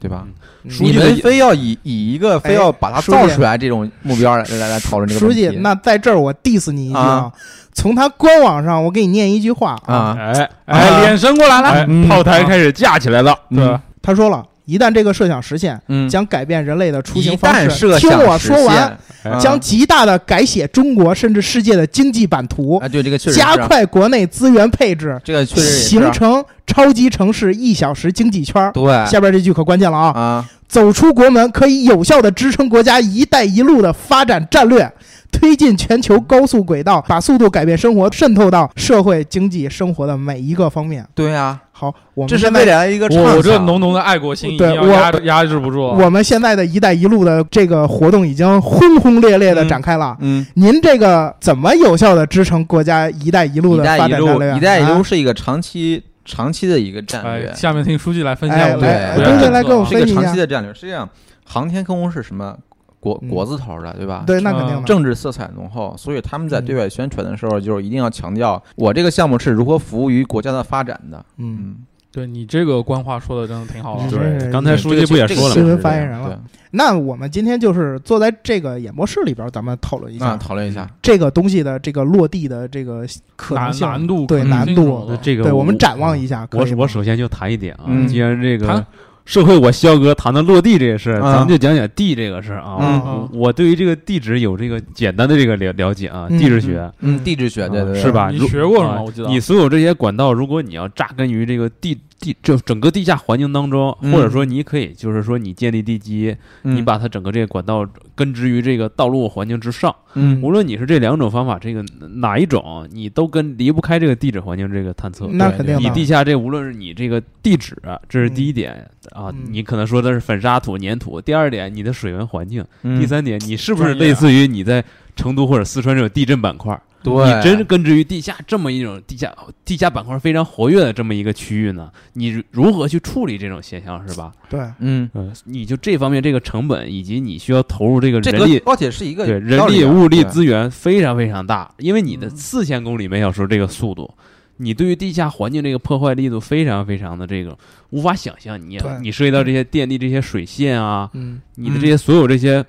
[SPEAKER 4] 对吧？
[SPEAKER 2] 书
[SPEAKER 4] 你
[SPEAKER 2] 记
[SPEAKER 4] 们非要以以一个非要把它
[SPEAKER 2] 哎书
[SPEAKER 4] 造
[SPEAKER 2] 记
[SPEAKER 4] 出来这种目标来来来讨论这个
[SPEAKER 2] 书
[SPEAKER 4] 问题
[SPEAKER 2] 记，那在这儿我 diss 你一句
[SPEAKER 4] 啊，
[SPEAKER 2] 从他官网上我给你念一句话，
[SPEAKER 4] 啊，
[SPEAKER 3] 哎
[SPEAKER 5] 哎，脸伸过来了，
[SPEAKER 3] 哎，
[SPEAKER 4] 嗯
[SPEAKER 3] 炮台开始架起来了，
[SPEAKER 5] 对，
[SPEAKER 2] 他说了一旦这个设想实现，
[SPEAKER 4] 嗯，
[SPEAKER 2] 将改变人类的出
[SPEAKER 4] 一
[SPEAKER 2] 行方
[SPEAKER 4] 旦
[SPEAKER 2] 式。
[SPEAKER 4] 设
[SPEAKER 2] 听
[SPEAKER 4] 想
[SPEAKER 2] 我
[SPEAKER 4] 实
[SPEAKER 2] 说完，
[SPEAKER 4] 现啊
[SPEAKER 2] 将极大的改写中国甚至世界的经济版图，
[SPEAKER 4] 啊，对这个确实是啊
[SPEAKER 2] 加快国内资源配置，
[SPEAKER 4] 这个确实也是啊
[SPEAKER 2] 形成超级城市一小时经济圈儿。
[SPEAKER 4] 对
[SPEAKER 2] 下边这句可关键了啊！
[SPEAKER 4] 啊，
[SPEAKER 2] 走出国门可以有效地支撑国家“一带一路”的发展战略，推进全球高速轨道，把速度改变生活渗透到社会、经济、生活的每一个方面。
[SPEAKER 4] 对啊，
[SPEAKER 2] 好，我们
[SPEAKER 4] 这是
[SPEAKER 2] 现
[SPEAKER 4] 未
[SPEAKER 2] 在
[SPEAKER 4] 来一个
[SPEAKER 5] 我我
[SPEAKER 4] 畅
[SPEAKER 5] 这
[SPEAKER 4] 想
[SPEAKER 5] 浓浓的爱国心已经
[SPEAKER 2] 对
[SPEAKER 5] 要
[SPEAKER 2] 我
[SPEAKER 5] 压压制不住了。
[SPEAKER 2] 我们现在的一带一路的这个活动已经轰轰烈烈地展开了。
[SPEAKER 4] 嗯。
[SPEAKER 2] 您这个怎么有效地支撑国家“一带一路”
[SPEAKER 4] 一
[SPEAKER 2] 的
[SPEAKER 4] 带
[SPEAKER 2] 发
[SPEAKER 4] 一
[SPEAKER 2] 展战略
[SPEAKER 4] 路，
[SPEAKER 2] 啊？
[SPEAKER 4] 一带一路是一个长期、长期的一个战略
[SPEAKER 5] 哎，，下面听书记来分享
[SPEAKER 2] 哎
[SPEAKER 5] 我们的
[SPEAKER 2] 来
[SPEAKER 4] 来对对
[SPEAKER 5] 国家政策
[SPEAKER 2] 跟我
[SPEAKER 5] 啊
[SPEAKER 4] 是一
[SPEAKER 2] 分
[SPEAKER 4] 个
[SPEAKER 2] 析一
[SPEAKER 4] 长
[SPEAKER 2] 下
[SPEAKER 4] 期的战略。实际上，航天科工是什么国
[SPEAKER 2] 嗯
[SPEAKER 4] 国字头的，对吧？啊
[SPEAKER 2] 对，嗯那肯定的。
[SPEAKER 4] 政治色彩浓厚，所以他们在对外宣传的时候，就是一定要强调我这个项目是如何服务于国家的发展的。
[SPEAKER 2] 嗯，
[SPEAKER 4] 嗯，
[SPEAKER 5] 对你这个官话说的真的挺好的啊
[SPEAKER 2] 嗯，
[SPEAKER 3] 对，
[SPEAKER 2] 是
[SPEAKER 3] 刚才书记不也说了
[SPEAKER 2] 新
[SPEAKER 3] 吗？
[SPEAKER 2] 闻发言人了。那我们今天就是坐在这个演播室里边儿，咱们讨论一
[SPEAKER 4] 对，
[SPEAKER 2] 下
[SPEAKER 4] 那啊讨论一下，
[SPEAKER 2] 这个东西的这个落地的这个可能
[SPEAKER 5] 难
[SPEAKER 2] 性、
[SPEAKER 5] 难度
[SPEAKER 2] 对
[SPEAKER 5] 可能
[SPEAKER 2] 难
[SPEAKER 5] 性
[SPEAKER 2] 度
[SPEAKER 5] 什么的
[SPEAKER 3] 这个
[SPEAKER 2] 对我们展望一下。
[SPEAKER 3] 我
[SPEAKER 2] 可以吗
[SPEAKER 3] 我首先就谈一点啊，
[SPEAKER 4] 嗯
[SPEAKER 3] 既然这个
[SPEAKER 5] 谈
[SPEAKER 3] 社会我肖哥谈到落地这个事儿，
[SPEAKER 4] 啊
[SPEAKER 3] 咱们就讲讲地这个事儿啊。
[SPEAKER 4] 嗯
[SPEAKER 3] 我我对于这个地址有这个简单的这个了了解啊，
[SPEAKER 2] 嗯
[SPEAKER 3] 地质学
[SPEAKER 4] 嗯，地质学，对对对，
[SPEAKER 3] 啊是吧？
[SPEAKER 5] 你
[SPEAKER 3] 如
[SPEAKER 5] 学过是吗
[SPEAKER 3] 啊
[SPEAKER 5] 我记得
[SPEAKER 3] 你所有这些管道，如果你要扎根于这个地地就整个地下环境当中，
[SPEAKER 4] 嗯
[SPEAKER 3] 或者说你可以就是说你建立地基，
[SPEAKER 4] 嗯？
[SPEAKER 3] 你把它整个这个管道根植于这个道路环境之上。
[SPEAKER 4] 嗯
[SPEAKER 3] 无论你是这两种方法，这个哪一种，你都跟离不开这个地质环境这个探测。
[SPEAKER 2] 那肯定
[SPEAKER 3] 你地
[SPEAKER 2] 的，
[SPEAKER 3] 下这无论是你这个地址，这是第一点、啊
[SPEAKER 2] 嗯，
[SPEAKER 3] 你可能说的是粉沙土、粘土。第二点，你的水文环境。
[SPEAKER 4] 嗯
[SPEAKER 3] 第三点，你是不是
[SPEAKER 5] 专业啊
[SPEAKER 3] 类似于你在成都或者四川这种地震板块？
[SPEAKER 4] 对，
[SPEAKER 3] 你真根植于地下这么一种地下地下板块非常活跃的这么一个区域呢？你如如何去处理这种现象是吧？
[SPEAKER 2] 对，
[SPEAKER 4] 嗯，
[SPEAKER 3] 嗯，你就这方面这个成本以及你需要投入这个
[SPEAKER 4] 这
[SPEAKER 3] 人
[SPEAKER 4] 个
[SPEAKER 3] 力。
[SPEAKER 4] 高铁是一个
[SPEAKER 3] 对人
[SPEAKER 4] 道理
[SPEAKER 3] 力
[SPEAKER 4] 啊
[SPEAKER 3] 物力
[SPEAKER 4] 对
[SPEAKER 3] 资源非常非常大，因为你的
[SPEAKER 5] 嗯
[SPEAKER 3] 四千公里每小时这个速度，你对于地下环境这个破坏力度非常非常的这个无法想象。你
[SPEAKER 2] 对
[SPEAKER 3] 你涉及到这些电力、这些水线啊，
[SPEAKER 2] 嗯，
[SPEAKER 3] 你的这些所有这些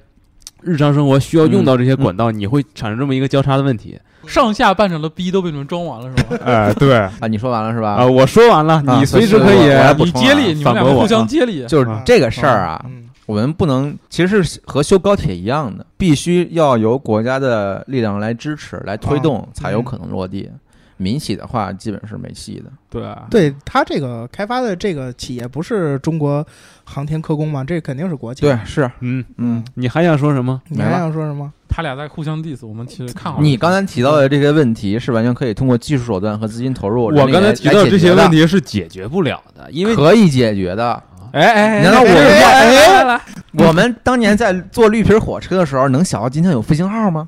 [SPEAKER 3] 日常生活需要用到这
[SPEAKER 4] 嗯
[SPEAKER 3] 些管道，你会产生这么一个交叉的问题。
[SPEAKER 5] 上下半场的逼都被你们装完了是吧？
[SPEAKER 3] 哎，对啊，
[SPEAKER 4] 啊，你说完了是吧？
[SPEAKER 3] 我说完了，
[SPEAKER 4] 啊
[SPEAKER 3] 你随时
[SPEAKER 4] 所以
[SPEAKER 3] 可
[SPEAKER 4] 我我来
[SPEAKER 3] 以。
[SPEAKER 4] 补
[SPEAKER 5] 你
[SPEAKER 4] 充啊
[SPEAKER 5] 接力，你们
[SPEAKER 3] 反
[SPEAKER 5] 俩
[SPEAKER 3] 驳我
[SPEAKER 5] 互相
[SPEAKER 3] 啊
[SPEAKER 5] 接力，
[SPEAKER 4] 就是
[SPEAKER 2] 啊
[SPEAKER 4] 这个事儿啊，
[SPEAKER 2] 嗯
[SPEAKER 4] 我们不能，其实是和修高铁一样的，必须要由国家的力量来支持、来推动，才有可能落地。民企的话，基本是没戏的。
[SPEAKER 5] 对
[SPEAKER 2] 对它这个开发的这个企业不是中国航天科工吗？这肯定是国企。，
[SPEAKER 4] 对，是，
[SPEAKER 3] 嗯，
[SPEAKER 4] 嗯，
[SPEAKER 3] 你还想说什么？
[SPEAKER 2] 你还想说什么？
[SPEAKER 5] 他俩在互相 diss，我们其实看好了
[SPEAKER 4] 你刚才提到的这些问题是完全可以通过技术手段和资金投入，
[SPEAKER 3] 我刚才提到这些问
[SPEAKER 4] 题
[SPEAKER 3] 题是解决不了的，因为
[SPEAKER 4] 可以解决的。
[SPEAKER 5] 哎哎哎，
[SPEAKER 4] 难道我
[SPEAKER 5] 哎
[SPEAKER 4] 哎
[SPEAKER 5] 来来
[SPEAKER 4] 我们当年在坐绿皮火车的时候，能想到今天有复兴号吗？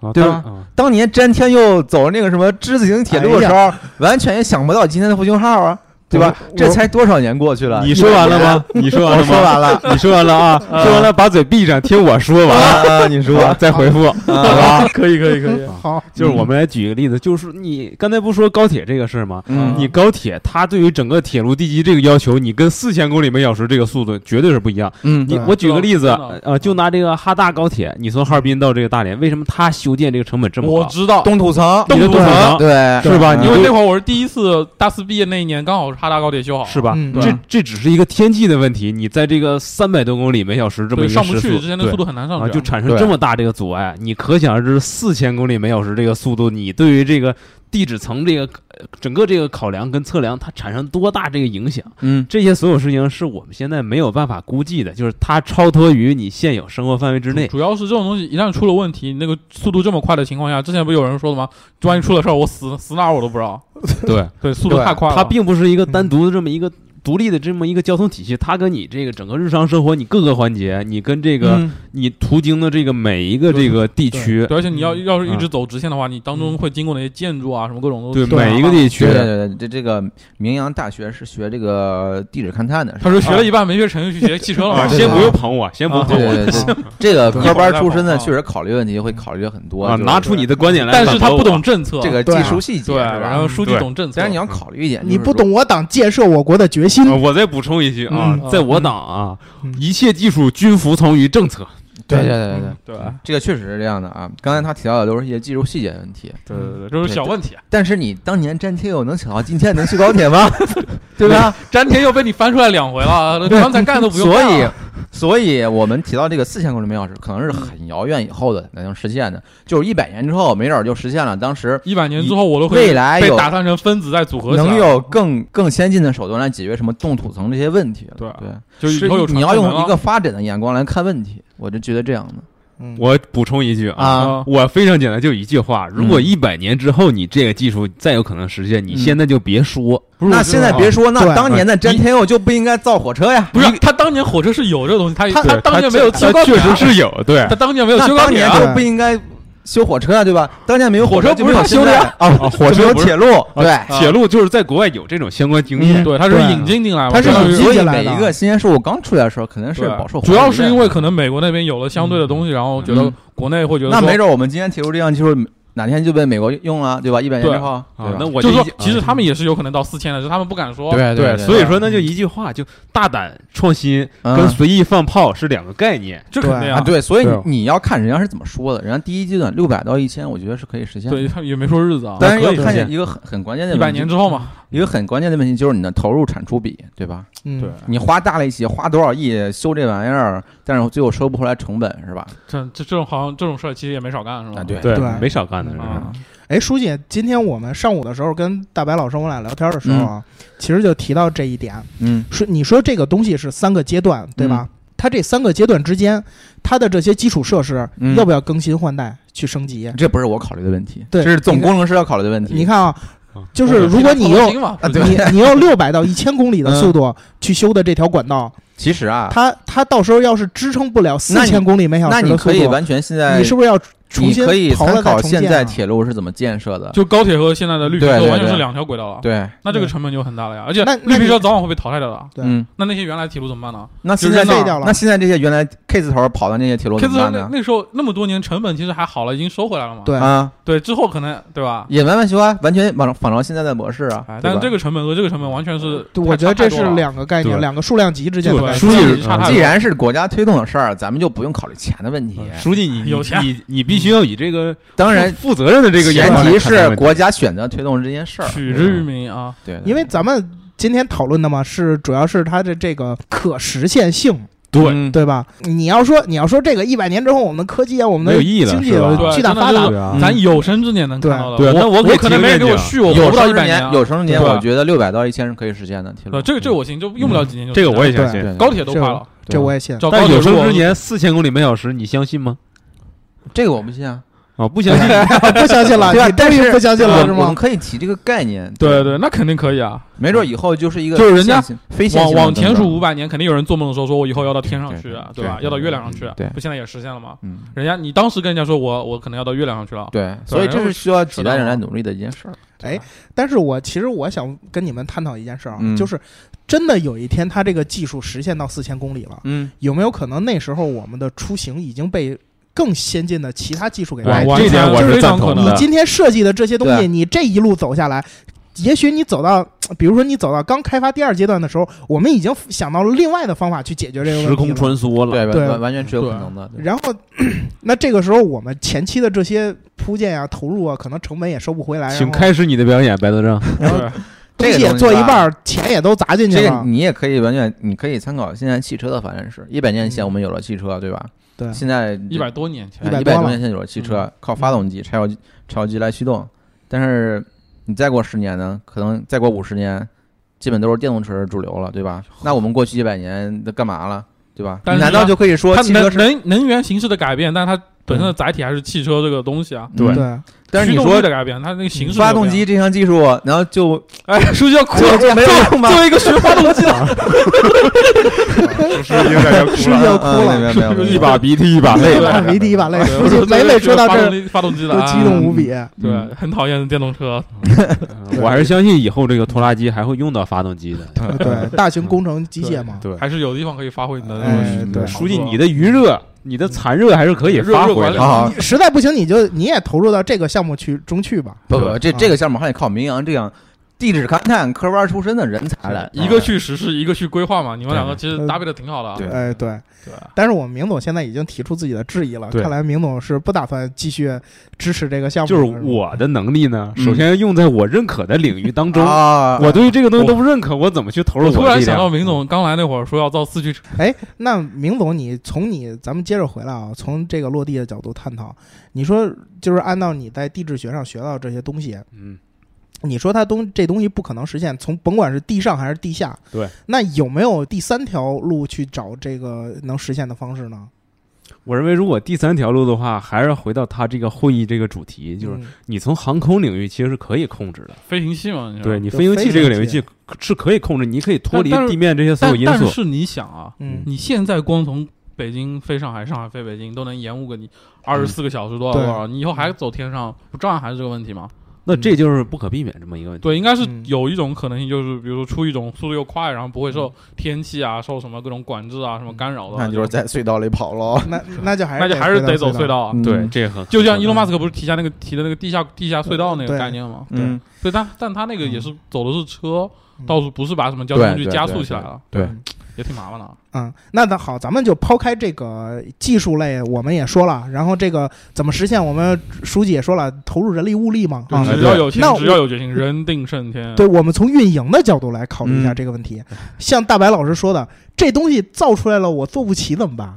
[SPEAKER 3] 啊
[SPEAKER 4] 对
[SPEAKER 3] 当
[SPEAKER 4] 吧
[SPEAKER 3] 啊
[SPEAKER 4] 当年詹天佑走那个什么之字形铁路的时候，完全也想不到今天的复兴号啊，对吧？这才多少年过去了？
[SPEAKER 3] 你说完了吗？你说完
[SPEAKER 4] 我
[SPEAKER 3] 了
[SPEAKER 4] 说
[SPEAKER 3] 吗？
[SPEAKER 4] 完了。
[SPEAKER 3] 你说完了啊？说完了，把嘴闭上，听我说完，
[SPEAKER 4] 啊，你说
[SPEAKER 3] 啊再回复，好吧？
[SPEAKER 5] 可以可以可以，
[SPEAKER 2] 好，
[SPEAKER 3] 就是我们来举一个例子，就是你刚才不说高铁这个事儿吗？
[SPEAKER 4] 嗯
[SPEAKER 3] 你高铁它对于整个铁路地基这个要求，你跟四千公里每小时这个速度绝对是不一样。
[SPEAKER 4] 嗯
[SPEAKER 3] 你
[SPEAKER 2] 对
[SPEAKER 3] 我举个例子
[SPEAKER 5] 知道知，道
[SPEAKER 3] 呃，就拿这个哈大高铁，你从哈尔滨到这个大连，为什么它修建这个成本这么
[SPEAKER 5] 我
[SPEAKER 3] 高？
[SPEAKER 5] 知道，
[SPEAKER 4] 东土层，
[SPEAKER 3] 你的
[SPEAKER 5] 动不
[SPEAKER 3] 动
[SPEAKER 5] 能
[SPEAKER 3] 能
[SPEAKER 4] 对，
[SPEAKER 3] 是吧？
[SPEAKER 4] 嗯
[SPEAKER 3] 你
[SPEAKER 5] 因为
[SPEAKER 3] 就
[SPEAKER 5] 那会儿我是第一次大四毕业那一年，刚好是哈大高铁修好，
[SPEAKER 3] 是吧？
[SPEAKER 2] 嗯
[SPEAKER 3] 这这只是一个天气的问题，你在这个三百多公里每小时这么一个
[SPEAKER 5] 对，上不
[SPEAKER 3] 时
[SPEAKER 5] 去，
[SPEAKER 3] 速
[SPEAKER 5] 之前那
[SPEAKER 3] 对
[SPEAKER 5] 速度很难上
[SPEAKER 3] 啊，
[SPEAKER 5] 去，
[SPEAKER 3] 就产生这么大这个阻碍，你可想而知，四千公里每小时这个速度，你对于这个地质层这个呃整个这个考量跟测量，它产生多大这个影响？
[SPEAKER 4] 嗯
[SPEAKER 3] 这些所有事情是我们现在没有办法估计的，就是它超脱于你现有生活范围之内。
[SPEAKER 5] 主要是这种东西一旦出了问题，那个速度这么快的情况下，之前不有人说的吗？万一出了事儿，我死死哪儿我都不知道。
[SPEAKER 3] 对，
[SPEAKER 5] 对，速度
[SPEAKER 4] 对
[SPEAKER 5] 太快了。
[SPEAKER 3] 它并不是一个单独的这么一个。独立的这么一个交通体系，它跟你这个整个日常生活，你各个环节，你跟这个、
[SPEAKER 4] 嗯
[SPEAKER 3] 你途经的这个每一个这个地区，
[SPEAKER 5] 对，而且你要要是一
[SPEAKER 3] 嗯
[SPEAKER 5] 直走直线的话，你当中会经过那些建筑啊，什么各种都
[SPEAKER 3] 对
[SPEAKER 5] 是
[SPEAKER 3] 每一个地区
[SPEAKER 4] 对，对对，这这个明阳大学是学这个地质勘探的，是吧
[SPEAKER 5] 他说学了一半没学成，去学汽车了嘛
[SPEAKER 3] 啊，
[SPEAKER 4] 对
[SPEAKER 3] 先
[SPEAKER 4] 对
[SPEAKER 3] 不用捧我，先不用
[SPEAKER 5] 啊
[SPEAKER 3] 捧
[SPEAKER 4] 对
[SPEAKER 3] 我，
[SPEAKER 4] 对对，这个科班出身
[SPEAKER 5] 啊
[SPEAKER 4] 的确实考虑问题会考虑很多
[SPEAKER 3] 啊，
[SPEAKER 4] 就是
[SPEAKER 3] 拿出你的观点来反
[SPEAKER 5] 但
[SPEAKER 3] 驳
[SPEAKER 5] 是
[SPEAKER 3] 我。
[SPEAKER 5] 他不懂政策，
[SPEAKER 4] 这个技术细节，
[SPEAKER 5] 对，啊
[SPEAKER 4] 是
[SPEAKER 5] 然
[SPEAKER 4] 吧？
[SPEAKER 5] 后书记
[SPEAKER 3] 对
[SPEAKER 5] 懂政策，
[SPEAKER 4] 但是你要考虑一 点，
[SPEAKER 2] 你
[SPEAKER 4] 就是
[SPEAKER 2] 不懂我党建设我国的决心
[SPEAKER 3] 啊，。我再补充一句啊，
[SPEAKER 2] 嗯
[SPEAKER 3] 在我党啊，
[SPEAKER 2] 嗯
[SPEAKER 3] 一切技术均服从于政策。
[SPEAKER 4] 对，对对对对
[SPEAKER 2] 嗯，
[SPEAKER 5] 对吧
[SPEAKER 4] 这个确实是这样的啊。刚才他提到的都是一些技术细节问题，
[SPEAKER 5] 对对对，这是小问题。啊
[SPEAKER 4] 但是你当年詹天佑能想到今天能去高铁 吗？对吧？
[SPEAKER 5] 詹天又被你翻出来两回了， 刚才干都不用
[SPEAKER 4] 所
[SPEAKER 5] 干了。
[SPEAKER 4] 以，所以我们提到这个四千公里每小时，可能是很遥远以后的才能实现的，就是一百年之后没准儿就实现了。当时
[SPEAKER 5] 一百年之后，我都
[SPEAKER 4] 未
[SPEAKER 5] 会
[SPEAKER 4] 来
[SPEAKER 5] 被
[SPEAKER 4] 有
[SPEAKER 5] 打散成分子再组合起来，
[SPEAKER 4] 能有更更先进的手段来解决什么冻土层这些问题了。
[SPEAKER 5] 对啊
[SPEAKER 4] 对，
[SPEAKER 5] 就是以后有
[SPEAKER 4] 你要
[SPEAKER 5] 传统啊
[SPEAKER 4] 用一
[SPEAKER 5] 了
[SPEAKER 4] 个发展的眼光来看问题，我就觉得这样的
[SPEAKER 2] 嗯
[SPEAKER 3] 我补充一句啊。
[SPEAKER 4] 啊，
[SPEAKER 5] 啊，
[SPEAKER 3] 我非常简单，就一句话：如果
[SPEAKER 4] 嗯
[SPEAKER 3] 一百年之后你这个技术再有可能实现，你
[SPEAKER 4] 嗯
[SPEAKER 3] 现在就别说。
[SPEAKER 4] 那现在别说，那
[SPEAKER 2] 对
[SPEAKER 4] 当年的詹天佑就不应该造火车呀。
[SPEAKER 5] 啊不是他当年火车是有这个东西，他
[SPEAKER 3] 对
[SPEAKER 5] 他当年没有
[SPEAKER 3] 它
[SPEAKER 5] 修高铁
[SPEAKER 3] 确
[SPEAKER 5] 啊，
[SPEAKER 3] 实是有对
[SPEAKER 5] 他当年没有
[SPEAKER 4] 那
[SPEAKER 5] 修高
[SPEAKER 4] 当
[SPEAKER 5] 铁
[SPEAKER 4] 年
[SPEAKER 5] 啊，
[SPEAKER 4] 就不应该修火车呀，啊对吧？当年没有车
[SPEAKER 5] 火车
[SPEAKER 4] 就
[SPEAKER 5] 不
[SPEAKER 4] 没
[SPEAKER 5] 是
[SPEAKER 4] 有
[SPEAKER 5] 他修的呀
[SPEAKER 4] 现在啊，
[SPEAKER 3] 啊，火
[SPEAKER 4] 就没
[SPEAKER 3] 车
[SPEAKER 4] 有
[SPEAKER 3] 不是
[SPEAKER 4] 铁路，对。
[SPEAKER 3] 铁路，就是在国外有这种相关经验
[SPEAKER 2] 嗯。
[SPEAKER 5] 对，他是
[SPEAKER 2] 对
[SPEAKER 5] 引进进来嘛，
[SPEAKER 2] 它是
[SPEAKER 5] 相当于
[SPEAKER 2] 引进
[SPEAKER 4] 所以
[SPEAKER 2] 进来
[SPEAKER 4] 每
[SPEAKER 2] 的
[SPEAKER 4] 一个新鲜事物刚出来的时候，肯定是
[SPEAKER 5] 对啊
[SPEAKER 4] 饱受
[SPEAKER 5] 主要是因为
[SPEAKER 4] 能
[SPEAKER 5] 可能美国那边有了相对的东西，然后觉得
[SPEAKER 4] 嗯
[SPEAKER 5] 国内会觉得
[SPEAKER 4] 那
[SPEAKER 5] 说
[SPEAKER 4] 没准我们今天提出这样技术，哪天就被美国用了，对吧？一百年之后，
[SPEAKER 3] 啊，那我
[SPEAKER 5] 就是
[SPEAKER 3] 一
[SPEAKER 5] 说
[SPEAKER 3] 句，
[SPEAKER 5] 其实他们也是有可能到四千的，只是他们不敢说。
[SPEAKER 4] 对
[SPEAKER 3] 对，
[SPEAKER 4] 对，
[SPEAKER 3] 所以说那就一句话，就大胆创新跟
[SPEAKER 4] 嗯
[SPEAKER 3] 随意放炮是两个概念。
[SPEAKER 5] 这肯定
[SPEAKER 4] 啊，
[SPEAKER 5] 啊，
[SPEAKER 4] 对，所以
[SPEAKER 3] 对
[SPEAKER 4] 你要看人家是怎么说的。人家第一阶段六百到一千，我觉得是可以实现的。
[SPEAKER 5] 对， 他们也没说日子啊，
[SPEAKER 4] 但是要
[SPEAKER 3] 可以实
[SPEAKER 4] 看
[SPEAKER 3] 现
[SPEAKER 4] 一个很很关键的
[SPEAKER 5] 一
[SPEAKER 4] 问
[SPEAKER 5] 百
[SPEAKER 4] 题
[SPEAKER 5] 年之后嘛，
[SPEAKER 4] 一个很关键的问题就是你的投入产出比，对吧？
[SPEAKER 2] 嗯
[SPEAKER 5] 对，
[SPEAKER 4] 你花大力气，花多少亿修这玩意儿，但是最后收不回来成本，是吧？
[SPEAKER 5] 这这这种好像这种事儿其实也没少干，是吧？
[SPEAKER 4] 嗯啊，对，
[SPEAKER 3] 对
[SPEAKER 2] 对
[SPEAKER 3] 没少干的。这是
[SPEAKER 5] 啊，
[SPEAKER 2] 哎，书记，今天我们上午的时候跟大白老师我们俩聊天的时候啊，其实就提到这一点，
[SPEAKER 4] 嗯
[SPEAKER 2] 说你说这个东西是三个阶段，对吧？它这三个阶段之间，它的这些基础设施
[SPEAKER 4] 嗯
[SPEAKER 2] 要不要更新换代去升级？
[SPEAKER 4] 这不是我考虑的问题，
[SPEAKER 2] 对
[SPEAKER 4] 这是总
[SPEAKER 2] 你看
[SPEAKER 4] 工程师要考虑的问题。
[SPEAKER 2] 你，看啊
[SPEAKER 3] 嗯，
[SPEAKER 2] 就是如果你用
[SPEAKER 5] 啊
[SPEAKER 2] 啊，你你用六百到一千公里的
[SPEAKER 4] 嗯
[SPEAKER 2] 速度去修的这条管道，
[SPEAKER 4] 其实啊，
[SPEAKER 2] 它它到时候要是支撑不了四
[SPEAKER 4] 那
[SPEAKER 2] 千
[SPEAKER 4] 你
[SPEAKER 2] 公里每小
[SPEAKER 4] 那
[SPEAKER 2] 时
[SPEAKER 4] 你
[SPEAKER 2] 的速
[SPEAKER 4] 可以
[SPEAKER 2] 度，
[SPEAKER 4] 完全现在，
[SPEAKER 2] 你是不是要重
[SPEAKER 4] 你
[SPEAKER 2] 新
[SPEAKER 4] 可以
[SPEAKER 2] 刨
[SPEAKER 4] 参
[SPEAKER 2] 了再
[SPEAKER 4] 考
[SPEAKER 2] 重建
[SPEAKER 4] 现在
[SPEAKER 2] 啊
[SPEAKER 4] 铁路是怎么建设的？
[SPEAKER 5] 就高铁和现在的绿皮车
[SPEAKER 4] 对对
[SPEAKER 5] 完全
[SPEAKER 4] 对
[SPEAKER 5] 是两条轨道了，啊
[SPEAKER 4] 对，
[SPEAKER 5] 那这个
[SPEAKER 2] 对
[SPEAKER 5] 成本就很大了呀，而且
[SPEAKER 2] 那那
[SPEAKER 5] 绿皮
[SPEAKER 2] 你
[SPEAKER 5] 车早晚会被淘汰掉的。啊
[SPEAKER 2] 对
[SPEAKER 4] 嗯，
[SPEAKER 5] 那那些原来铁路怎么办呢
[SPEAKER 4] 那
[SPEAKER 5] 就
[SPEAKER 4] 现
[SPEAKER 5] 是
[SPEAKER 4] 在
[SPEAKER 2] 废
[SPEAKER 4] 那
[SPEAKER 2] 掉了
[SPEAKER 4] 那现在这些原来 K 字头跑的那些铁路
[SPEAKER 5] ？K
[SPEAKER 4] 怎么
[SPEAKER 5] 字
[SPEAKER 4] 办
[SPEAKER 5] 那
[SPEAKER 4] 呢？
[SPEAKER 5] 那时候那么多年成本其实还好了，已经收回来了嘛。
[SPEAKER 2] 对
[SPEAKER 4] 啊，
[SPEAKER 5] 对，之后可能对吧？
[SPEAKER 4] 也慢慢修啊，完全仿仿照现在的模式啊
[SPEAKER 5] 哎，。
[SPEAKER 4] 对
[SPEAKER 5] 但
[SPEAKER 4] 吧
[SPEAKER 5] 是这个成本和这个成本完全是太，
[SPEAKER 2] 对，我觉得
[SPEAKER 5] 差
[SPEAKER 2] 这
[SPEAKER 5] 太多
[SPEAKER 2] 是
[SPEAKER 5] 了
[SPEAKER 2] 两个概念，
[SPEAKER 3] 对
[SPEAKER 2] 两个数量级之间的概
[SPEAKER 5] 对，
[SPEAKER 2] 念。
[SPEAKER 3] 书记
[SPEAKER 5] 成本差太多嗯
[SPEAKER 4] 既
[SPEAKER 5] 了
[SPEAKER 4] 然是国家推动的事儿，咱们就不用考虑钱的问题。
[SPEAKER 3] 嗯书记，你
[SPEAKER 5] 有钱
[SPEAKER 3] 你你你必须要以这个
[SPEAKER 4] 当然，
[SPEAKER 3] 负责任的这个眼
[SPEAKER 4] 前
[SPEAKER 3] 光来
[SPEAKER 4] 提
[SPEAKER 3] 看待
[SPEAKER 4] 是
[SPEAKER 3] 问题
[SPEAKER 4] 国家选择推动这件事儿。
[SPEAKER 5] 取之于民啊，
[SPEAKER 4] 嗯对，对
[SPEAKER 2] 因为咱们今天讨论的嘛，是主要是它的这个可实现性。
[SPEAKER 5] 对，
[SPEAKER 4] 嗯
[SPEAKER 2] 对吧？你要说你要说这个一百年之后，我们的科技啊，我们
[SPEAKER 3] 没
[SPEAKER 2] 的
[SPEAKER 3] 有意义了
[SPEAKER 2] 经济
[SPEAKER 3] 是吧
[SPEAKER 2] 有
[SPEAKER 5] 对
[SPEAKER 2] 巨大
[SPEAKER 5] 真的
[SPEAKER 2] 发达
[SPEAKER 5] 是，
[SPEAKER 3] 啊
[SPEAKER 2] 嗯
[SPEAKER 5] 咱有生之年能看到的。
[SPEAKER 3] 对对啊那
[SPEAKER 5] 我
[SPEAKER 3] 我给
[SPEAKER 5] 可能
[SPEAKER 3] 提
[SPEAKER 5] 没
[SPEAKER 3] 个
[SPEAKER 5] 人给我
[SPEAKER 3] 愿景
[SPEAKER 5] 续，我活
[SPEAKER 4] 有
[SPEAKER 5] 不到
[SPEAKER 4] 生
[SPEAKER 5] 一
[SPEAKER 4] 之
[SPEAKER 5] 百啊
[SPEAKER 4] 年，有生之年，
[SPEAKER 5] 对吧
[SPEAKER 4] 我觉得六百到一千是可以实现的。铁路
[SPEAKER 5] 呃，这个这我信，这用不
[SPEAKER 4] 嗯
[SPEAKER 5] 了几年就
[SPEAKER 3] 这个我也
[SPEAKER 2] 对
[SPEAKER 3] 相信。
[SPEAKER 4] 对
[SPEAKER 5] 高铁都快
[SPEAKER 4] 啊
[SPEAKER 5] 了，
[SPEAKER 2] 这我也信。
[SPEAKER 5] 找高
[SPEAKER 3] 但
[SPEAKER 5] 铁
[SPEAKER 3] 有
[SPEAKER 5] 如
[SPEAKER 3] 生
[SPEAKER 5] 果
[SPEAKER 3] 之年四千公里每小时，你相信吗？
[SPEAKER 4] 这个我不信啊，
[SPEAKER 3] 啊，不相信。
[SPEAKER 2] 不相信了，
[SPEAKER 4] 对啊
[SPEAKER 2] 你终于不相信
[SPEAKER 4] 我
[SPEAKER 2] 了是
[SPEAKER 4] 我们
[SPEAKER 2] 吗？
[SPEAKER 4] 可以提这个概念，
[SPEAKER 5] 对，对，那肯定可以啊。
[SPEAKER 4] 没准以后就是一个
[SPEAKER 5] 就是人家
[SPEAKER 4] 线性非线
[SPEAKER 5] 往
[SPEAKER 4] 性的
[SPEAKER 5] 往前
[SPEAKER 4] 增长
[SPEAKER 5] 数五百年，肯定有人做梦的时候说，我以后要到天上去啊，
[SPEAKER 4] 对对
[SPEAKER 5] 吧？
[SPEAKER 4] 对
[SPEAKER 5] 要到月亮上去啊，
[SPEAKER 4] 对
[SPEAKER 5] 不现在也实现了吗？
[SPEAKER 4] 嗯，
[SPEAKER 5] 人家你当时跟人家说我我可能要到月亮上去了，
[SPEAKER 4] 对，所以这是需要几代人来努力的一件事儿。
[SPEAKER 2] 哎但是我其实我想跟你们探讨一件事啊，
[SPEAKER 4] 嗯
[SPEAKER 2] 就是真的有一天它这个技术实现到四千公里了，
[SPEAKER 4] 嗯，
[SPEAKER 2] 有没有可能那时候我们的出行已经被更先进的其他技术给代
[SPEAKER 3] 哎
[SPEAKER 2] 替
[SPEAKER 5] 完
[SPEAKER 2] 了？
[SPEAKER 3] 这 点我是赞同
[SPEAKER 5] 完全
[SPEAKER 2] 你
[SPEAKER 5] 是
[SPEAKER 3] 的。
[SPEAKER 2] 今天设计的这些东
[SPEAKER 4] 对
[SPEAKER 2] 西，你这一路走下来，也许你走到，比如说你走到刚开发第二阶段的时候，我们已经想到了另外的方法去解决这个问题
[SPEAKER 3] 时空
[SPEAKER 2] 了
[SPEAKER 3] 穿梭了，
[SPEAKER 4] 对，
[SPEAKER 2] 对
[SPEAKER 4] 完完完全是有可能的。对
[SPEAKER 2] 然后， 那这个时候我们前期的这些铺垫啊、投入啊，可能成本也收不回来，
[SPEAKER 3] 请开始你的表演，白德正。
[SPEAKER 5] 对，
[SPEAKER 2] 然后东西也做一半儿，钱也都砸进去
[SPEAKER 4] 这个
[SPEAKER 2] 了。
[SPEAKER 4] 你也可以完全，你可以参考现在汽车的发展史。一百年前我们有了汽车，对吧？
[SPEAKER 2] 对
[SPEAKER 4] 现在
[SPEAKER 5] 一百多年前
[SPEAKER 2] 100
[SPEAKER 4] 一
[SPEAKER 2] 多
[SPEAKER 4] 百
[SPEAKER 2] 了
[SPEAKER 4] 多年嗯前有了汽车，靠发动机、柴油柴油机来驱动。但是你再过十年呢，可能再过五十年，基本都是电动车是主流了，对吧？那我们过去一百年都干嘛了，对吧？
[SPEAKER 5] 但
[SPEAKER 4] 你
[SPEAKER 5] 是
[SPEAKER 4] 难道就可以说
[SPEAKER 5] 它
[SPEAKER 4] 汽车
[SPEAKER 5] 能
[SPEAKER 4] 是？
[SPEAKER 5] 能能源形式的改变，但是它本身的载体还是汽车这个东西啊。
[SPEAKER 4] 嗯，
[SPEAKER 2] 对，
[SPEAKER 4] 但是你
[SPEAKER 5] 驱动力
[SPEAKER 4] 说
[SPEAKER 5] 的改变，它那个形式
[SPEAKER 4] 发
[SPEAKER 5] 没有
[SPEAKER 4] 动
[SPEAKER 5] 变
[SPEAKER 4] 机，这项技术，然后就
[SPEAKER 5] 哎，书记要哭
[SPEAKER 4] 就
[SPEAKER 5] 了，
[SPEAKER 4] 就没有用吗？
[SPEAKER 5] 作为一个学 发动机的，
[SPEAKER 2] 是
[SPEAKER 3] 是有点
[SPEAKER 2] 不是就哭
[SPEAKER 4] 嗯
[SPEAKER 2] 了？
[SPEAKER 4] 没有没有 没有，
[SPEAKER 3] 一把鼻涕一把 泪吧。
[SPEAKER 2] 一滴一把泪，
[SPEAKER 5] 对我
[SPEAKER 2] 就每每说到这
[SPEAKER 5] 发
[SPEAKER 2] 儿
[SPEAKER 5] 动机发动机的
[SPEAKER 2] 都激
[SPEAKER 5] 啊，
[SPEAKER 2] 动无比。
[SPEAKER 5] 对，很讨厌电动车，啊
[SPEAKER 3] 嗯我还是相信以后这个拖拉机还会用到发动机的。
[SPEAKER 2] 对，大型工程机械嘛，
[SPEAKER 3] 对，
[SPEAKER 5] 还是有地方可以发挥你的
[SPEAKER 3] 嗯
[SPEAKER 5] 那
[SPEAKER 2] 哎
[SPEAKER 5] 种。
[SPEAKER 2] 对
[SPEAKER 3] 书记，你的余热、你的残热还是可以发挥
[SPEAKER 5] 热热管理
[SPEAKER 3] 的。
[SPEAKER 4] 啊，
[SPEAKER 2] 实在不行你就你也投入到这个项目去中去吧。
[SPEAKER 4] 不不，这
[SPEAKER 2] 啊
[SPEAKER 4] 这个项目还得靠民阳这样地质勘探科班出身的人才来。啊
[SPEAKER 5] 一个去实施，一个去规划嘛，你们两个其实
[SPEAKER 2] 对
[SPEAKER 5] 搭配的挺好的啊。
[SPEAKER 4] 对
[SPEAKER 2] 哎，对，
[SPEAKER 5] 对
[SPEAKER 2] 但是我们明总现在已经提出自己的质疑了，
[SPEAKER 3] 对
[SPEAKER 2] 看来明总是不打算继续支持这个项目
[SPEAKER 3] 就
[SPEAKER 2] 了。
[SPEAKER 3] 是
[SPEAKER 2] 吧，
[SPEAKER 3] 我的能力呢，
[SPEAKER 4] 嗯
[SPEAKER 3] 首先用在我认可的领域当中。
[SPEAKER 4] 啊，
[SPEAKER 3] 我对于这个东西都不认可，我怎么去投入
[SPEAKER 5] 我
[SPEAKER 3] 我
[SPEAKER 5] 突
[SPEAKER 3] 的
[SPEAKER 5] 然
[SPEAKER 3] 力
[SPEAKER 5] 想到，
[SPEAKER 3] 量？
[SPEAKER 5] 明总刚来那会儿说要造四驱车，
[SPEAKER 2] 哎，那明总，你从你咱们接着回来啊，从这个落地的角度探讨，你说就是按照你在地质学上学到的这些东西，
[SPEAKER 3] 嗯，
[SPEAKER 2] 你说它东这东西不可能实现，从甭管是地上还是地下，
[SPEAKER 3] 对，
[SPEAKER 2] 那有没有第三条路去找这个能实现的方式呢？
[SPEAKER 3] 我认为如果第三条路的话，还是回到他这个会议这个主题，就是
[SPEAKER 2] 嗯
[SPEAKER 3] 你从航空领域其实是可以控制的。
[SPEAKER 5] 飞行器嘛，你知道
[SPEAKER 3] 对
[SPEAKER 5] 吗
[SPEAKER 3] 你
[SPEAKER 2] 就
[SPEAKER 3] 飞行
[SPEAKER 2] 飞
[SPEAKER 3] 器这
[SPEAKER 2] 行
[SPEAKER 3] 个领域
[SPEAKER 2] 器
[SPEAKER 3] 器是可以控制，你可以脱
[SPEAKER 5] 但
[SPEAKER 3] 离
[SPEAKER 5] 但是
[SPEAKER 3] 地面这些所有
[SPEAKER 5] 但
[SPEAKER 3] 因
[SPEAKER 5] 但
[SPEAKER 3] 素。
[SPEAKER 5] 是你想啊，
[SPEAKER 2] 嗯，
[SPEAKER 5] 你现在光从北京飞上海，上海飞北京都能延误个你二十四个小时多少
[SPEAKER 2] 对
[SPEAKER 5] 多少，你以后还走天上，不照样还是这个问题吗？
[SPEAKER 3] 那这就是不可避免这么一个问题。
[SPEAKER 5] 对，应该是
[SPEAKER 2] 嗯
[SPEAKER 5] 有一种可能性，就是比如说出一种速度又快，然后不会受天气啊、受什么各种管制啊、什么干扰的，
[SPEAKER 4] 那就是在隧道里跑
[SPEAKER 5] 啊
[SPEAKER 4] 喽。
[SPEAKER 2] 那那就还
[SPEAKER 5] 那就还是
[SPEAKER 2] 是
[SPEAKER 5] 得走
[SPEAKER 2] 隧
[SPEAKER 5] 隧。道啊。
[SPEAKER 3] 对，
[SPEAKER 4] 嗯
[SPEAKER 3] 这个很
[SPEAKER 5] 就像
[SPEAKER 3] 很
[SPEAKER 5] 伊隆马斯克不是提下那个提的那个地下地下隧道那个
[SPEAKER 2] 对
[SPEAKER 5] 概念吗？
[SPEAKER 4] 嗯，
[SPEAKER 5] 对，但但他那个也是走的是车，
[SPEAKER 2] 嗯
[SPEAKER 5] 倒是不是把什么交通工
[SPEAKER 4] 对
[SPEAKER 5] 具
[SPEAKER 4] 对
[SPEAKER 5] 加
[SPEAKER 4] 对
[SPEAKER 5] 速
[SPEAKER 4] 对
[SPEAKER 5] 起来了，
[SPEAKER 4] 对
[SPEAKER 2] 嗯
[SPEAKER 5] 也挺麻烦的啊。
[SPEAKER 2] 嗯，那那好，咱们就抛开这个技术类，我们也说了，然后这个怎么实现，我们书记也说了，投入人力物力嘛，啊，
[SPEAKER 5] 只要有
[SPEAKER 2] 那
[SPEAKER 5] 钱，
[SPEAKER 2] 我
[SPEAKER 5] 只要有决心，人定胜天。
[SPEAKER 2] 对我们从运营的角度来考虑一下这个问题。像大白老师说的，这东西造出来了，我做不起怎么办？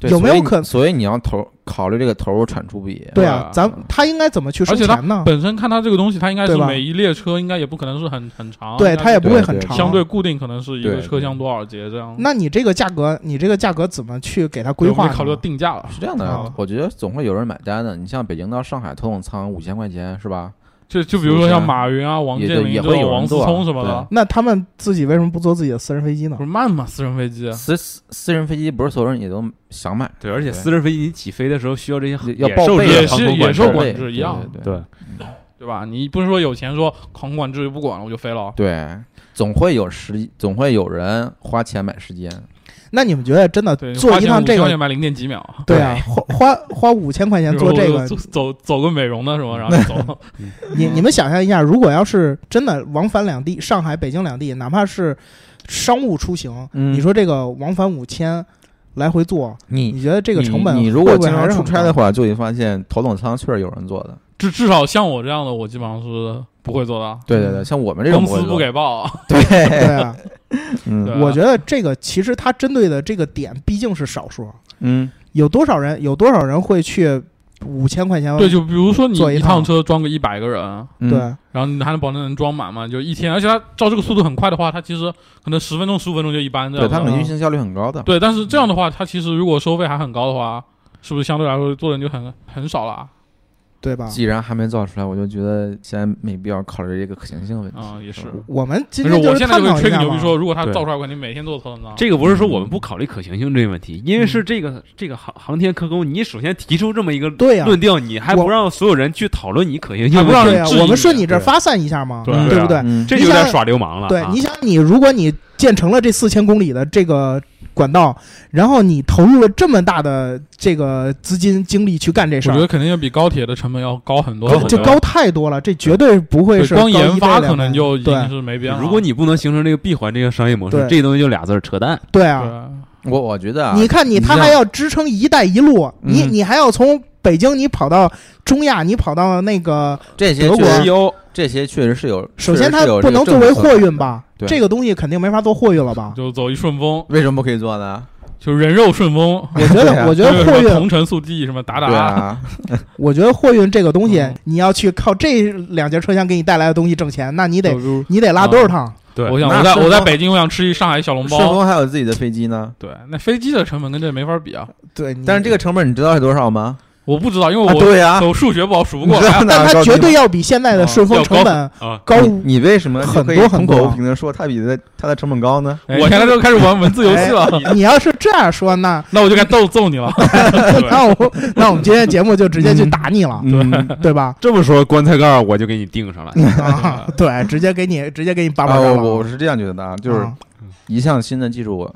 [SPEAKER 4] 对
[SPEAKER 2] 有没有
[SPEAKER 4] 所以你
[SPEAKER 2] 可
[SPEAKER 4] 所以你要投考虑这个投入产出比。
[SPEAKER 2] 对
[SPEAKER 5] 对
[SPEAKER 2] 啊
[SPEAKER 5] 啊，
[SPEAKER 2] 咱他应该怎么去收
[SPEAKER 5] 而且它
[SPEAKER 2] 钱呢？
[SPEAKER 5] 本身看它这个东西，它应该是
[SPEAKER 2] 对吧
[SPEAKER 5] 每一列车应该也不可能是很很长，
[SPEAKER 2] 对，
[SPEAKER 5] 应该
[SPEAKER 2] 他也不会
[SPEAKER 4] 对
[SPEAKER 2] 很
[SPEAKER 4] 对
[SPEAKER 2] 长。
[SPEAKER 5] 相对固定，可能是一个
[SPEAKER 4] 对
[SPEAKER 5] 车厢多少节这样。
[SPEAKER 2] 那你这个价格，你这个价格怎么去给他
[SPEAKER 5] 对
[SPEAKER 2] 规
[SPEAKER 5] 我
[SPEAKER 2] 划
[SPEAKER 5] 们得
[SPEAKER 2] 呢？
[SPEAKER 5] 考虑到定价了，
[SPEAKER 4] 是这样的
[SPEAKER 2] 啊，
[SPEAKER 4] 我觉得总会有人买单的。你像北京到上海头等舱五千块钱是吧？
[SPEAKER 5] 就就比如说像马云啊、王
[SPEAKER 4] 也
[SPEAKER 5] 健林
[SPEAKER 4] 也
[SPEAKER 5] 这
[SPEAKER 4] 会有人
[SPEAKER 5] 种、王思
[SPEAKER 4] 做啊
[SPEAKER 5] 聪什么的，
[SPEAKER 2] 那他们自己为什么不坐自己的私人飞机呢
[SPEAKER 5] 不？是慢吗？私人飞机，
[SPEAKER 4] 私私私人飞机不是所有人也都想买，
[SPEAKER 3] 对，而且私人飞机你起飞的时候需要啊这些
[SPEAKER 4] 要
[SPEAKER 3] 也
[SPEAKER 4] 报
[SPEAKER 3] 受
[SPEAKER 4] 备
[SPEAKER 3] 这
[SPEAKER 4] 的
[SPEAKER 3] 些航
[SPEAKER 5] 也是
[SPEAKER 3] 空
[SPEAKER 5] 也
[SPEAKER 3] 管
[SPEAKER 5] 受
[SPEAKER 3] 制
[SPEAKER 5] 管
[SPEAKER 4] 对
[SPEAKER 5] 制
[SPEAKER 4] 对
[SPEAKER 5] 一样
[SPEAKER 4] 对对
[SPEAKER 3] 对，啊
[SPEAKER 5] 对吧？你不是说有钱说航管制就不管了，我就飞了。
[SPEAKER 4] 对，总会有时总会有人花钱买时间。
[SPEAKER 2] 那你们觉得真的
[SPEAKER 5] 对，
[SPEAKER 2] 坐一趟这
[SPEAKER 5] 花钱
[SPEAKER 2] 个，
[SPEAKER 5] 买零点几秒，
[SPEAKER 2] 对啊，花花花五千块钱
[SPEAKER 5] 比如
[SPEAKER 2] 坐
[SPEAKER 5] 说
[SPEAKER 2] 这
[SPEAKER 5] 我
[SPEAKER 2] 个，
[SPEAKER 5] 走走走个美容的什么，然后就走 了。
[SPEAKER 2] 你你们想象一下，如果要是真的往返两地，上海、北京两地，哪怕是商务出行，
[SPEAKER 4] 嗯
[SPEAKER 2] 你说这个往返五千来回坐，
[SPEAKER 4] 你
[SPEAKER 2] 你觉得这个成本
[SPEAKER 4] 你你如果
[SPEAKER 2] 会不
[SPEAKER 4] 经
[SPEAKER 2] 会还
[SPEAKER 4] 常
[SPEAKER 2] 是
[SPEAKER 4] 出
[SPEAKER 2] 很
[SPEAKER 4] 差
[SPEAKER 2] 高
[SPEAKER 4] 的话，就会发现头等舱确实有人坐的。
[SPEAKER 5] 至至少像我这样的，我基本上是不会做到，
[SPEAKER 4] 对对对，像我们这种
[SPEAKER 5] 公司
[SPEAKER 4] 不
[SPEAKER 5] 不
[SPEAKER 4] 会
[SPEAKER 5] 给报，
[SPEAKER 4] 做 对，
[SPEAKER 2] 对啊，
[SPEAKER 4] 嗯
[SPEAKER 5] 对
[SPEAKER 2] 我觉得这个其实它针对的这个点毕竟是少数，
[SPEAKER 4] 嗯，
[SPEAKER 2] 有多少人有多少人会去五千块钱
[SPEAKER 5] 对，就比如说你
[SPEAKER 2] 做一
[SPEAKER 5] 一
[SPEAKER 2] 趟
[SPEAKER 5] 趟车装个一百个人，
[SPEAKER 4] 嗯
[SPEAKER 2] 对，
[SPEAKER 5] 然后你还能保证能装满嘛？就一天，而且它照这个速度很快的话，它其实可能十分钟、十五分钟就一班这
[SPEAKER 4] 对，
[SPEAKER 2] 嗯
[SPEAKER 5] 样子
[SPEAKER 4] 它
[SPEAKER 5] 了。
[SPEAKER 4] 们运行效率很高的，
[SPEAKER 5] 对，但是这样的话，它其实如果收费还很高的话，是不是相对来说做人就很很少了啊？
[SPEAKER 2] 对吧？
[SPEAKER 4] 既然还没造出来，我就觉得现在没必要考虑这个可行性问题。
[SPEAKER 5] 啊、也是。
[SPEAKER 2] 我们今
[SPEAKER 5] 但是
[SPEAKER 2] 天
[SPEAKER 5] 我
[SPEAKER 2] 是
[SPEAKER 5] 现在
[SPEAKER 2] 探
[SPEAKER 5] 就
[SPEAKER 2] 讨
[SPEAKER 5] 会
[SPEAKER 2] 一
[SPEAKER 5] 吹个
[SPEAKER 2] 下
[SPEAKER 5] 牛逼
[SPEAKER 2] 嘛，
[SPEAKER 5] 说，如果它
[SPEAKER 4] 对
[SPEAKER 5] 造出来，我肯定每天坐车呢。
[SPEAKER 3] 这个不是说我们不考虑可行性这个问题，因为是这个这个航航天科工，你首先提出这么一个
[SPEAKER 2] 对呀、
[SPEAKER 3] 论调，你还不
[SPEAKER 2] 我
[SPEAKER 3] 让所有人去讨论你可行性
[SPEAKER 5] 还
[SPEAKER 3] 问
[SPEAKER 5] 不
[SPEAKER 2] 对
[SPEAKER 3] 题，
[SPEAKER 5] 让人
[SPEAKER 2] 呀、
[SPEAKER 5] 质疑啊
[SPEAKER 2] 我们顺你这儿
[SPEAKER 4] 对
[SPEAKER 2] 发散一下嘛，
[SPEAKER 5] 对啊
[SPEAKER 2] 嗯
[SPEAKER 5] 对
[SPEAKER 2] 不对？
[SPEAKER 4] 嗯，
[SPEAKER 3] 这
[SPEAKER 2] 你
[SPEAKER 3] 有
[SPEAKER 2] 想
[SPEAKER 3] 点耍流氓了。
[SPEAKER 2] 对
[SPEAKER 3] 啊，
[SPEAKER 2] 你想，你如果你建成了这四千公里的这个管道，然后你投入了这么大的这个资金精力去干这事
[SPEAKER 5] 我觉
[SPEAKER 2] 儿
[SPEAKER 5] 得，肯定要比高铁的成本要高很多
[SPEAKER 3] 高，很
[SPEAKER 2] 就
[SPEAKER 3] 多
[SPEAKER 2] 高太多了，这绝对不会
[SPEAKER 5] 对
[SPEAKER 2] 是
[SPEAKER 5] 光
[SPEAKER 2] 高
[SPEAKER 5] 研
[SPEAKER 2] 一
[SPEAKER 5] 发
[SPEAKER 2] 倍
[SPEAKER 5] 可
[SPEAKER 2] 两倍
[SPEAKER 5] 能就已经
[SPEAKER 2] 对
[SPEAKER 5] 是没边了。
[SPEAKER 3] 如果你不能形成这个闭环这个商业模式
[SPEAKER 2] 对，
[SPEAKER 3] 这东西就俩字儿扯淡。
[SPEAKER 2] 对
[SPEAKER 5] 对
[SPEAKER 2] 啊。
[SPEAKER 4] 我我觉得啊，
[SPEAKER 2] 你看你，他
[SPEAKER 4] 这样
[SPEAKER 2] 还要支撑“一带一路”，你
[SPEAKER 4] 嗯
[SPEAKER 2] 你还要从北京你跑到中亚，你跑到那个，
[SPEAKER 4] 这些
[SPEAKER 2] 德
[SPEAKER 4] 确
[SPEAKER 2] 国
[SPEAKER 4] 实
[SPEAKER 2] 西
[SPEAKER 3] 欧
[SPEAKER 4] 这些确实是有，
[SPEAKER 2] 首先
[SPEAKER 4] 确
[SPEAKER 2] 它
[SPEAKER 4] 实是有
[SPEAKER 2] 不
[SPEAKER 4] 这个
[SPEAKER 2] 能作
[SPEAKER 4] 政
[SPEAKER 2] 为
[SPEAKER 4] 策
[SPEAKER 2] 货运吧？
[SPEAKER 4] 对
[SPEAKER 2] 这个东西肯定没法做货运了吧？
[SPEAKER 5] 就走一顺风，
[SPEAKER 4] 为什么不可以做呢？
[SPEAKER 5] 就是人肉顺风，
[SPEAKER 2] 我觉
[SPEAKER 4] 对
[SPEAKER 2] 得，
[SPEAKER 4] 啊
[SPEAKER 2] 我觉
[SPEAKER 5] 还
[SPEAKER 2] 得
[SPEAKER 5] 有什
[SPEAKER 2] 货运
[SPEAKER 5] 么同城速递什么达达，
[SPEAKER 4] 对啊，
[SPEAKER 2] 我觉得货运这个东西
[SPEAKER 5] 嗯，
[SPEAKER 2] 你要去靠这两节车厢给你带来的东西挣钱，那你
[SPEAKER 5] 就
[SPEAKER 2] 得
[SPEAKER 5] 就
[SPEAKER 2] 你得拉多少
[SPEAKER 4] 啊
[SPEAKER 2] 趟？
[SPEAKER 3] 对
[SPEAKER 5] 我想
[SPEAKER 4] 那
[SPEAKER 5] 我在
[SPEAKER 4] 顺
[SPEAKER 5] 我在
[SPEAKER 4] 丰
[SPEAKER 5] 北京，我想吃一上海小笼
[SPEAKER 4] 顺
[SPEAKER 5] 包。
[SPEAKER 4] 丰还有自己的飞机呢，
[SPEAKER 5] 对，那飞机的成本跟这没法比啊！
[SPEAKER 2] 对，
[SPEAKER 4] 但是这
[SPEAKER 2] 个，
[SPEAKER 4] 个成本你知道是多少吗？
[SPEAKER 5] 我不知道，因为
[SPEAKER 4] 啊，
[SPEAKER 5] 我
[SPEAKER 4] 对呀，
[SPEAKER 5] 我数学不好，数不
[SPEAKER 4] 你
[SPEAKER 5] 过
[SPEAKER 4] 知道
[SPEAKER 5] 来。
[SPEAKER 4] 哪
[SPEAKER 2] 但
[SPEAKER 4] 儿
[SPEAKER 2] 它
[SPEAKER 4] 高级
[SPEAKER 2] 绝对
[SPEAKER 4] 吗
[SPEAKER 2] 要比现在的顺丰
[SPEAKER 5] 哦要高
[SPEAKER 2] 成本
[SPEAKER 3] 啊，
[SPEAKER 2] 高
[SPEAKER 4] 你你为什么就可
[SPEAKER 2] 很
[SPEAKER 4] 以
[SPEAKER 2] 多啊
[SPEAKER 4] 空
[SPEAKER 2] 很
[SPEAKER 4] 口
[SPEAKER 2] 多
[SPEAKER 4] 无凭的说它比的它的成本高呢？
[SPEAKER 5] 我现在都开始玩文字游戏了，
[SPEAKER 2] 哎你要是这样说， 那
[SPEAKER 5] 那我就该揍揍你了。
[SPEAKER 2] 那我 那我们今天节目就直接去打你了，
[SPEAKER 4] 嗯，
[SPEAKER 2] 对 吧？
[SPEAKER 3] 这么说棺材盖儿我就给你钉上了。
[SPEAKER 2] 啊，对，直接给你直接给你叭叭
[SPEAKER 4] 啊，
[SPEAKER 2] 叭了。
[SPEAKER 4] 我我是这样觉得啊，就是
[SPEAKER 2] 啊
[SPEAKER 4] 一项新的技术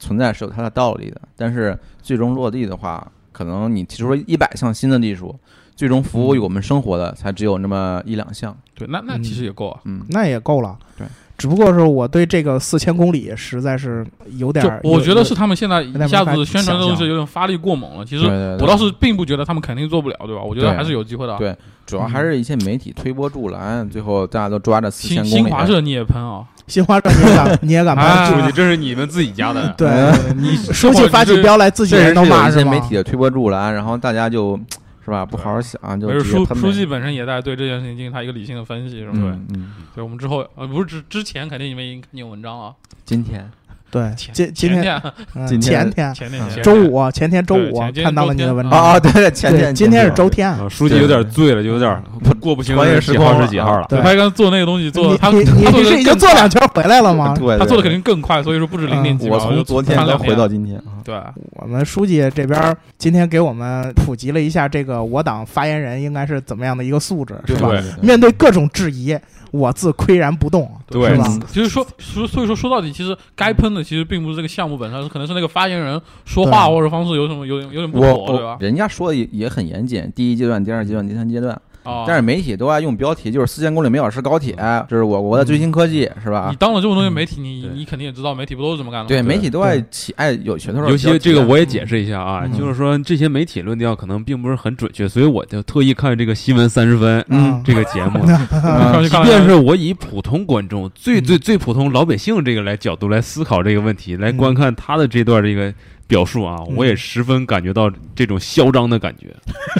[SPEAKER 4] 存在是有它的道理的，但是最终落地的话，可能你提出了一百项新的技术，最终服务
[SPEAKER 5] 嗯
[SPEAKER 4] 于我们生活的才只有那么一两项。
[SPEAKER 5] 对，那那其实也够啊。
[SPEAKER 4] 嗯，
[SPEAKER 2] 那也够了。
[SPEAKER 4] 对，
[SPEAKER 2] 只不过是我对这个四千公里实在是有
[SPEAKER 4] 嗯
[SPEAKER 2] 点
[SPEAKER 5] 就
[SPEAKER 2] 儿，
[SPEAKER 5] 我觉
[SPEAKER 2] 有
[SPEAKER 5] 得是他们现在一
[SPEAKER 2] 点没
[SPEAKER 5] 下
[SPEAKER 2] 法
[SPEAKER 5] 子宣传
[SPEAKER 2] 想
[SPEAKER 5] 的东西
[SPEAKER 2] 象
[SPEAKER 5] 有点发力过猛了。其
[SPEAKER 4] 其
[SPEAKER 5] 实我倒是并不觉得他们肯定做不了，对吧？我觉得
[SPEAKER 4] 对
[SPEAKER 5] 还是有机会的。
[SPEAKER 4] 对主要还是一些媒体推波助澜，最后大家都抓着四千
[SPEAKER 5] 新
[SPEAKER 4] 公里。
[SPEAKER 5] 新华社你也喷啊？
[SPEAKER 2] 新华社你也敢你也敢
[SPEAKER 5] 啊
[SPEAKER 2] 拍？
[SPEAKER 3] 注意，这是你们自己家的。
[SPEAKER 2] 对，
[SPEAKER 5] 你
[SPEAKER 2] 说起发起，标来，自己
[SPEAKER 4] 确实
[SPEAKER 2] 人都
[SPEAKER 4] 是有
[SPEAKER 2] 骂
[SPEAKER 4] 一些
[SPEAKER 2] 吗
[SPEAKER 4] 媒？体的推波助澜，然后大家就是吧不好好想，就
[SPEAKER 5] 没事，
[SPEAKER 4] 直接
[SPEAKER 5] 书
[SPEAKER 4] 喷呗
[SPEAKER 5] 书记本身也在对这件事情进行他一个理性的分析，是吧？
[SPEAKER 4] 嗯嗯，
[SPEAKER 5] 对，我们之后呃不是之之前肯定你们已经看见文章了，
[SPEAKER 4] 今天
[SPEAKER 2] 对，
[SPEAKER 5] 前
[SPEAKER 2] 今今天
[SPEAKER 5] 前天
[SPEAKER 2] 嗯
[SPEAKER 4] 今
[SPEAKER 2] 前
[SPEAKER 4] 天
[SPEAKER 2] 天
[SPEAKER 5] 前天
[SPEAKER 4] 嗯
[SPEAKER 5] 前天
[SPEAKER 2] 周五前天周
[SPEAKER 5] 对
[SPEAKER 2] 五
[SPEAKER 5] 前天
[SPEAKER 2] 看到了
[SPEAKER 5] 周
[SPEAKER 2] 你
[SPEAKER 5] 天
[SPEAKER 2] 的文
[SPEAKER 5] 啊
[SPEAKER 2] 章，
[SPEAKER 4] 啊啊，对对，前
[SPEAKER 2] 对，
[SPEAKER 4] 天
[SPEAKER 2] 今天是周天。
[SPEAKER 3] 啊，书记有点醉了，就有点过不清
[SPEAKER 4] 穿越时
[SPEAKER 3] 几号
[SPEAKER 4] 空
[SPEAKER 3] 是
[SPEAKER 4] 了
[SPEAKER 3] 几号了。啊
[SPEAKER 2] 对
[SPEAKER 5] 他刚做那个东西
[SPEAKER 2] 你
[SPEAKER 5] 做，他
[SPEAKER 2] 你你
[SPEAKER 5] 他做
[SPEAKER 2] 你
[SPEAKER 5] 的
[SPEAKER 2] 是已经做两圈回来了吗？
[SPEAKER 4] 对，
[SPEAKER 5] 他做的肯
[SPEAKER 4] 定。
[SPEAKER 5] 定更快，所以说不止零点几
[SPEAKER 4] 嗯
[SPEAKER 5] 秒。
[SPEAKER 4] 我从
[SPEAKER 5] 啊就
[SPEAKER 4] 昨天
[SPEAKER 5] 翻
[SPEAKER 4] 再
[SPEAKER 5] 两
[SPEAKER 4] 回到今天啊，
[SPEAKER 5] 遍对，
[SPEAKER 2] 我们书记这边今天给我们普及了一下这个我党发言人应该是怎么样的一个素质，是吧？
[SPEAKER 3] 对
[SPEAKER 2] 面对各种质疑，我自岿然不动，
[SPEAKER 3] 对
[SPEAKER 2] 是吧？
[SPEAKER 5] 就是说，所所以说说到底，其实该喷的其实并不是这个项目本身，可能是那个发言人说话
[SPEAKER 2] 对
[SPEAKER 5] 或者方式有什么有点有点不
[SPEAKER 4] 我
[SPEAKER 5] 妥，对
[SPEAKER 4] 我
[SPEAKER 5] 吧？
[SPEAKER 4] 人家说的也也很严谨，第一阶段、第二阶段、第三阶段，
[SPEAKER 5] 啊，
[SPEAKER 4] 但是媒体都爱用标题，就是四千公里每小时高铁，
[SPEAKER 5] 嗯
[SPEAKER 4] 这是我国的最新科技，是吧
[SPEAKER 5] 你？当了这种东西，媒体你
[SPEAKER 3] 对
[SPEAKER 5] 你肯定也知道，媒体不都是这么干的
[SPEAKER 4] 嗯
[SPEAKER 5] 吗？
[SPEAKER 4] 对，媒体都爱
[SPEAKER 2] 对
[SPEAKER 4] 起爱有噱头的标
[SPEAKER 3] 尤
[SPEAKER 4] 题
[SPEAKER 3] 其
[SPEAKER 4] 啊，
[SPEAKER 3] 这个我也解释一下啊，
[SPEAKER 2] 嗯
[SPEAKER 3] 就是说这些媒体论调可能并不是很准确，所以我就特意看这个新闻三十分
[SPEAKER 2] 嗯
[SPEAKER 3] 这个节 目，
[SPEAKER 5] 上
[SPEAKER 4] 嗯
[SPEAKER 5] 去
[SPEAKER 3] 即
[SPEAKER 5] 看
[SPEAKER 3] 便
[SPEAKER 5] 了
[SPEAKER 3] 是我以普通观众、最最最普通老百姓这个来角度来思考这个问题，来观看他的这段这个表述啊，
[SPEAKER 2] 嗯
[SPEAKER 3] 我也十分感觉到这种嚣张的感觉，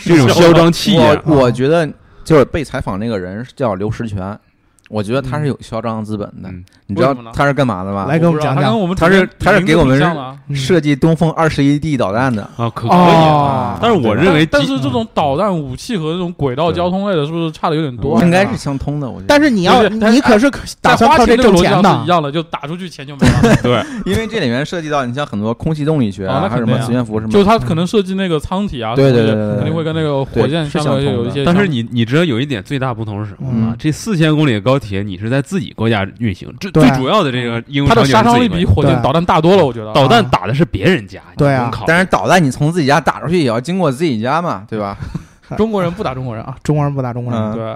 [SPEAKER 3] 这种嚣张气
[SPEAKER 5] 啊
[SPEAKER 3] 焰。嗯
[SPEAKER 4] 我我觉得就是被采访那个人是叫刘石泉，我觉得他是有嚣张资本的
[SPEAKER 3] 嗯。
[SPEAKER 4] 你知道
[SPEAKER 5] 嗯为什么呢
[SPEAKER 4] 他是干嘛的吗？
[SPEAKER 2] 来给我们
[SPEAKER 5] 不知道
[SPEAKER 2] 讲
[SPEAKER 5] 他
[SPEAKER 2] 讲
[SPEAKER 5] 跟我们
[SPEAKER 4] 他是
[SPEAKER 5] 主持
[SPEAKER 4] 他是
[SPEAKER 5] 名
[SPEAKER 4] 给
[SPEAKER 5] 字
[SPEAKER 4] 我们
[SPEAKER 5] 挺
[SPEAKER 4] 是
[SPEAKER 5] 像的
[SPEAKER 2] 嗯
[SPEAKER 5] 啊
[SPEAKER 4] 设计东风二十一 D 导弹的，
[SPEAKER 3] 啊，可可以啊。
[SPEAKER 2] 哦，
[SPEAKER 3] 但是我认为
[SPEAKER 5] 但但
[SPEAKER 3] 基
[SPEAKER 5] 是这种导弹武器和这种轨道
[SPEAKER 3] 对
[SPEAKER 5] 交通类的，是不是差的有点多？
[SPEAKER 4] 应该是相通的。我觉得，
[SPEAKER 2] 但是你要
[SPEAKER 5] 对对但是
[SPEAKER 2] 你可是嗯打
[SPEAKER 5] 在
[SPEAKER 2] 算
[SPEAKER 5] 花
[SPEAKER 2] 靠这
[SPEAKER 5] 钱这
[SPEAKER 2] 挣
[SPEAKER 5] 个逻辑
[SPEAKER 2] 钱
[SPEAKER 5] 上是
[SPEAKER 2] 的
[SPEAKER 5] 一，样的，就打出去钱就没了。
[SPEAKER 3] 对，
[SPEAKER 4] 因为这里面涉及到你像很多空气动力学
[SPEAKER 5] 啊
[SPEAKER 4] 啊，
[SPEAKER 5] 那
[SPEAKER 4] 还有什
[SPEAKER 5] 肯定
[SPEAKER 4] 么
[SPEAKER 5] 啊
[SPEAKER 4] 磁悬浮什么
[SPEAKER 5] 就
[SPEAKER 4] 的，
[SPEAKER 5] 是他可能设计那个舱体啊，
[SPEAKER 4] 对对对
[SPEAKER 5] 什么东
[SPEAKER 4] 对
[SPEAKER 5] 西
[SPEAKER 4] 对
[SPEAKER 5] 肯定会跟那个火箭上面有一些相同的。
[SPEAKER 3] 但是你你知道有一点最大不同是什么吗
[SPEAKER 2] 嗯？
[SPEAKER 3] 啊这四千公里的高铁，你是在自己国家运行，这
[SPEAKER 2] 对
[SPEAKER 3] 最主要的这个应用
[SPEAKER 5] 它
[SPEAKER 3] 场
[SPEAKER 5] 的
[SPEAKER 3] 景
[SPEAKER 5] 杀
[SPEAKER 3] 是
[SPEAKER 5] 伤
[SPEAKER 3] 自己
[SPEAKER 5] 力
[SPEAKER 3] 国
[SPEAKER 5] 比
[SPEAKER 3] 家
[SPEAKER 5] 火箭
[SPEAKER 2] 对
[SPEAKER 5] 导弹大多了，我觉得。
[SPEAKER 3] 导弹打的是别人家，
[SPEAKER 2] 对啊
[SPEAKER 3] 你不用考虑
[SPEAKER 4] 但是导弹你从自己家打出去也要经过自己家嘛，对吧？
[SPEAKER 5] 中国人不打中国人啊，
[SPEAKER 2] 中国人不打中国人，
[SPEAKER 4] 嗯，
[SPEAKER 5] 对，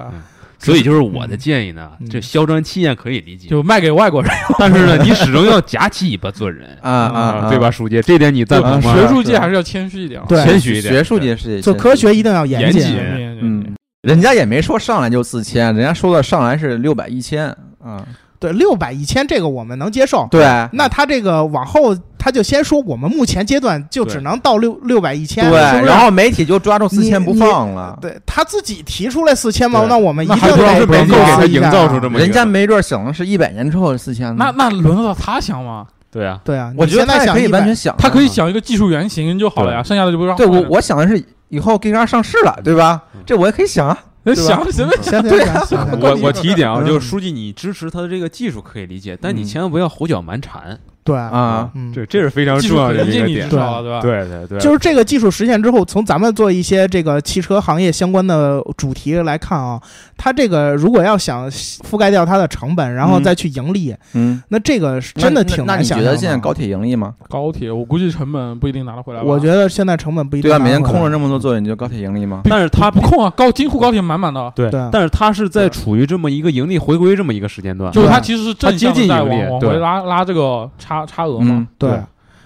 [SPEAKER 3] 所以就是我的建议呢
[SPEAKER 2] 嗯，
[SPEAKER 3] 这嚣张气啊焰可以理解，
[SPEAKER 5] 就卖给外国人。
[SPEAKER 3] 但是呢，你始终要夹起尾巴做人
[SPEAKER 4] 啊啊，
[SPEAKER 3] 对吧，书记？这点你赞同吗？
[SPEAKER 5] 学术界还是要谦虚一点啊。
[SPEAKER 2] 对
[SPEAKER 3] 谦虚一点
[SPEAKER 4] 学术界是
[SPEAKER 2] 做科学一定要
[SPEAKER 3] 严
[SPEAKER 2] 谨
[SPEAKER 3] 谨
[SPEAKER 5] 对，
[SPEAKER 4] 嗯，人家也没说上来就四千，人家说的上来是六百一千啊。
[SPEAKER 2] 对，六百一千这个我们能接受。
[SPEAKER 4] 对，
[SPEAKER 2] 那他这个往后，他就先说我们目前阶段就只
[SPEAKER 3] 对
[SPEAKER 2] 能到六六百一千，
[SPEAKER 4] 对，
[SPEAKER 2] 是不是
[SPEAKER 4] 然后媒体就抓住四
[SPEAKER 2] 你
[SPEAKER 4] 千不
[SPEAKER 2] 你
[SPEAKER 4] 放了。
[SPEAKER 2] 对他自己提出来四千嘛，
[SPEAKER 3] 对
[SPEAKER 2] 那我们一
[SPEAKER 5] 那
[SPEAKER 2] 定
[SPEAKER 5] 还不知道
[SPEAKER 2] 得得
[SPEAKER 5] 是媒体给
[SPEAKER 2] 构
[SPEAKER 5] 他
[SPEAKER 2] 思一下
[SPEAKER 3] 营造出
[SPEAKER 2] 啊
[SPEAKER 3] 这么一个
[SPEAKER 4] 人家没准想的是一百年之后四千
[SPEAKER 5] 那
[SPEAKER 4] 呢。
[SPEAKER 5] 那轮得到他想吗？
[SPEAKER 3] 对啊，
[SPEAKER 2] 对啊，
[SPEAKER 4] 我
[SPEAKER 2] 你
[SPEAKER 4] 觉得
[SPEAKER 2] 现在
[SPEAKER 4] 他也
[SPEAKER 2] 想
[SPEAKER 4] 可以
[SPEAKER 2] 100
[SPEAKER 4] 完全想，啊
[SPEAKER 5] 他可以。想一个技术原型就好了呀，剩下的就不让。
[SPEAKER 4] 对我我想的是以后 G R 上市了，对吧？这我也可以想啊。
[SPEAKER 5] 我想什么？
[SPEAKER 2] 行行
[SPEAKER 4] 对啊
[SPEAKER 2] 行行行，
[SPEAKER 3] 我我提一点啊，
[SPEAKER 2] 嗯
[SPEAKER 3] 就是书记，你支持他的这个技术可以理解，但你
[SPEAKER 4] 嗯
[SPEAKER 3] 千万不要胡搅蛮缠，
[SPEAKER 2] 对，
[SPEAKER 4] 啊，
[SPEAKER 2] 嗯，
[SPEAKER 3] 对，这是非常
[SPEAKER 5] 技
[SPEAKER 3] 重
[SPEAKER 5] 术
[SPEAKER 3] 要的
[SPEAKER 5] 人
[SPEAKER 3] 一
[SPEAKER 5] 家
[SPEAKER 3] 个
[SPEAKER 5] 你
[SPEAKER 3] 点
[SPEAKER 5] 知。道了对吧？
[SPEAKER 3] 对对对，
[SPEAKER 2] 就是这个技术实现之后，从咱们做一些这个汽车行业相关的主题来看啊，它这个如果要想覆盖掉它的成本，然后
[SPEAKER 4] 嗯
[SPEAKER 2] 再去盈利，
[SPEAKER 4] 嗯，
[SPEAKER 2] 那这个是真的挺
[SPEAKER 4] 那那
[SPEAKER 2] 难
[SPEAKER 4] 你
[SPEAKER 2] 想象
[SPEAKER 4] 觉
[SPEAKER 2] 的啊
[SPEAKER 4] 得现在高铁盈利吗？
[SPEAKER 5] 高铁我估计成本不一定拿得回来吧。
[SPEAKER 2] 我觉得现在成本不一定
[SPEAKER 4] 对啊，
[SPEAKER 2] 拿回
[SPEAKER 4] 每
[SPEAKER 2] 来。
[SPEAKER 4] 天空了这么多座位，你觉得高铁盈利吗？
[SPEAKER 3] 但是他
[SPEAKER 5] 不控啊，高京沪高铁满满的，
[SPEAKER 3] 对
[SPEAKER 2] 对，
[SPEAKER 3] 但是他是在
[SPEAKER 5] 对
[SPEAKER 3] 处于这么一个盈利回归这么一个时间段，
[SPEAKER 5] 就是
[SPEAKER 2] 对
[SPEAKER 5] 它其实是正向
[SPEAKER 3] 它接近
[SPEAKER 5] 地在
[SPEAKER 3] 盈利
[SPEAKER 5] 往往
[SPEAKER 3] 对
[SPEAKER 5] 回拉拉这个差差额嘛
[SPEAKER 4] 嗯。，
[SPEAKER 2] 对。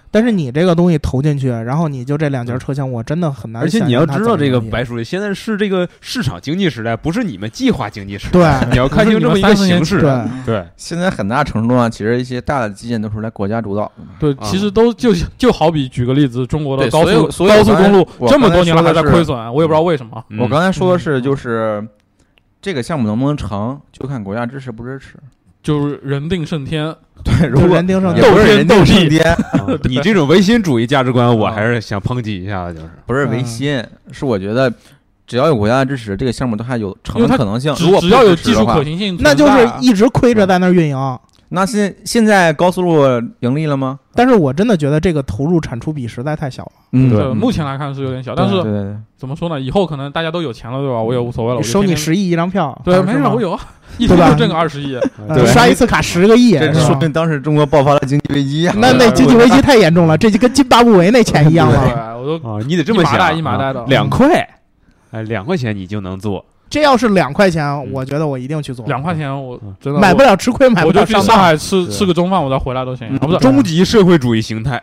[SPEAKER 2] 但是你这个东西投进去，然后你就这两节车厢，我真的很难
[SPEAKER 3] 而
[SPEAKER 2] 想
[SPEAKER 3] 且
[SPEAKER 2] 象
[SPEAKER 3] 你
[SPEAKER 2] 它
[SPEAKER 3] 要
[SPEAKER 2] 怎么盈利。
[SPEAKER 3] 知道，这个白书记现在是这个市场经济时代，不是你们计划经济时代。
[SPEAKER 2] 对
[SPEAKER 3] 你要看清这么一个形势。
[SPEAKER 2] 对
[SPEAKER 3] 对
[SPEAKER 4] 现在很大程度上，其实一些大的基建都是来国家主导的嘛。
[SPEAKER 5] 对，
[SPEAKER 3] 啊
[SPEAKER 5] 其实都就就好比举个例子，中国的
[SPEAKER 4] 对
[SPEAKER 5] 高
[SPEAKER 4] 所以
[SPEAKER 5] 速
[SPEAKER 4] 所以我
[SPEAKER 5] 高速
[SPEAKER 4] 刚才
[SPEAKER 5] 公路
[SPEAKER 4] 我
[SPEAKER 5] 这么
[SPEAKER 4] 刚才
[SPEAKER 5] 多年了
[SPEAKER 4] 说
[SPEAKER 5] 还
[SPEAKER 4] 的
[SPEAKER 5] 在
[SPEAKER 4] 是
[SPEAKER 5] 亏损，我也不知道为什么。啊
[SPEAKER 3] 嗯
[SPEAKER 4] 我刚才说的是，就是这个项目能不能成，就看国家支持不支持。
[SPEAKER 5] 就是人定胜天，
[SPEAKER 4] 对，
[SPEAKER 2] 就
[SPEAKER 4] 如
[SPEAKER 2] 是
[SPEAKER 4] 果
[SPEAKER 2] 人丁上
[SPEAKER 4] 也
[SPEAKER 2] 就
[SPEAKER 4] 不
[SPEAKER 5] 斗
[SPEAKER 4] 是
[SPEAKER 5] 天
[SPEAKER 4] 人
[SPEAKER 5] 斗
[SPEAKER 4] 定
[SPEAKER 5] 地
[SPEAKER 4] 胜天，
[SPEAKER 3] 啊 你这种唯心主义价值观，我还是想抨击一下的，就是
[SPEAKER 4] 不是违
[SPEAKER 5] 嗯
[SPEAKER 4] 心，是我觉得只要有国家的支持，这个项目都还有成的可能性。
[SPEAKER 5] 只
[SPEAKER 4] 如果
[SPEAKER 5] 只要有
[SPEAKER 4] 不支持
[SPEAKER 5] 技
[SPEAKER 4] 的
[SPEAKER 5] 术
[SPEAKER 4] 话
[SPEAKER 5] 可，行性存在
[SPEAKER 2] 那
[SPEAKER 5] 啊，
[SPEAKER 2] 就是一直亏着在那儿运营。
[SPEAKER 4] 那现现在高速路盈利了吗？
[SPEAKER 2] 但是我真的觉得这个投入产出比实在太小了。
[SPEAKER 4] 嗯
[SPEAKER 5] 对目前来看是有点小，但
[SPEAKER 4] 对
[SPEAKER 5] 是
[SPEAKER 4] 对对，
[SPEAKER 5] 怎么说呢？以后可能大家都有钱了，对吧？我也无所谓了，我就
[SPEAKER 2] 收你
[SPEAKER 5] 天天
[SPEAKER 2] 十亿一张票，
[SPEAKER 5] 对，
[SPEAKER 2] 当时
[SPEAKER 5] 没事，
[SPEAKER 2] 嘛
[SPEAKER 5] 我有 啊，一
[SPEAKER 2] 对
[SPEAKER 5] 天
[SPEAKER 2] 吧
[SPEAKER 5] 就挣个 二十亿，
[SPEAKER 2] 呃
[SPEAKER 3] 啊
[SPEAKER 4] 对
[SPEAKER 2] 刷一次卡十个亿，
[SPEAKER 4] 这
[SPEAKER 2] 是
[SPEAKER 4] 说
[SPEAKER 2] 吧
[SPEAKER 4] 明当时中国爆发了经济危机 啊！
[SPEAKER 2] 那那经济危机太严重了，这就跟津巴布韦那钱一样
[SPEAKER 5] 对，
[SPEAKER 2] 了。
[SPEAKER 5] 我
[SPEAKER 4] 嗯
[SPEAKER 5] 都
[SPEAKER 3] 啊，你得这么
[SPEAKER 5] 一麻
[SPEAKER 3] 想
[SPEAKER 5] 袋
[SPEAKER 3] 啊，
[SPEAKER 5] 一麻袋的嗯
[SPEAKER 3] 两块，哎，两块钱你就能做，
[SPEAKER 2] 这要是两块钱，我觉得我一定去做。
[SPEAKER 5] 两块钱，我
[SPEAKER 4] 嗯
[SPEAKER 5] 真的
[SPEAKER 2] 买不
[SPEAKER 5] 了，
[SPEAKER 2] 了吃亏，买不
[SPEAKER 5] 我就
[SPEAKER 2] 了
[SPEAKER 5] 去
[SPEAKER 2] 上
[SPEAKER 5] 上
[SPEAKER 2] 当。
[SPEAKER 5] 海吃
[SPEAKER 3] 对
[SPEAKER 5] 吃个中饭，我再回来都行
[SPEAKER 4] 嗯
[SPEAKER 5] 啊，不是，
[SPEAKER 3] 终极社会主义形态，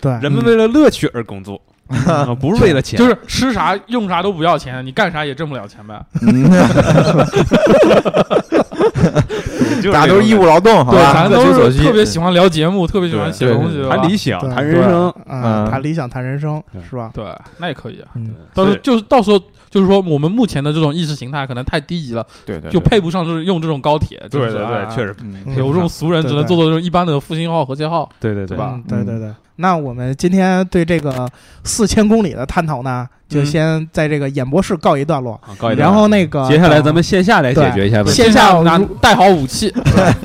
[SPEAKER 2] 对，
[SPEAKER 3] 人们为了乐趣而工作，
[SPEAKER 2] 嗯
[SPEAKER 3] 啊不是为了钱，
[SPEAKER 5] 就是吃啥用啥都不要钱，你干啥也挣不了钱呗。
[SPEAKER 3] 就是
[SPEAKER 4] 大家都是义务劳动，好
[SPEAKER 5] 对，
[SPEAKER 4] 吧？
[SPEAKER 5] 咱
[SPEAKER 4] 各
[SPEAKER 5] 都
[SPEAKER 4] 取所
[SPEAKER 5] 是
[SPEAKER 4] 需
[SPEAKER 5] 特别喜欢聊节目，特别喜欢写
[SPEAKER 4] 对
[SPEAKER 5] 东西，
[SPEAKER 4] 对
[SPEAKER 5] 对吧
[SPEAKER 3] 谈理想，
[SPEAKER 2] 对
[SPEAKER 3] 啊谈人生，
[SPEAKER 2] 嗯，
[SPEAKER 4] 嗯
[SPEAKER 2] 谈理想，谈人生，
[SPEAKER 3] 对
[SPEAKER 2] 是吧？
[SPEAKER 5] 对，那也可以啊。
[SPEAKER 2] 嗯，
[SPEAKER 5] 到时候
[SPEAKER 3] 对
[SPEAKER 5] 就是到时候就是说，我们目前的这种意识形态可能太低级了，
[SPEAKER 4] 对对
[SPEAKER 5] 就配不上就是用这种高铁。
[SPEAKER 3] 对对对，确
[SPEAKER 5] 实
[SPEAKER 3] 实，
[SPEAKER 4] 嗯
[SPEAKER 2] 嗯
[SPEAKER 5] 有这种俗人只能做做这种一般的复兴号、和谐号。
[SPEAKER 3] 对对对
[SPEAKER 5] 对吧
[SPEAKER 2] 嗯对
[SPEAKER 4] 嗯
[SPEAKER 2] 对对。那我们今天对这个四千公里的探讨呢，就
[SPEAKER 3] 嗯
[SPEAKER 2] 先在这个演播室告一段落。
[SPEAKER 3] 啊高一点
[SPEAKER 2] 然后那个，
[SPEAKER 3] 接下来咱们线下来解决一下问题，
[SPEAKER 2] 线下我
[SPEAKER 5] 拿
[SPEAKER 2] 如
[SPEAKER 5] 带好武器，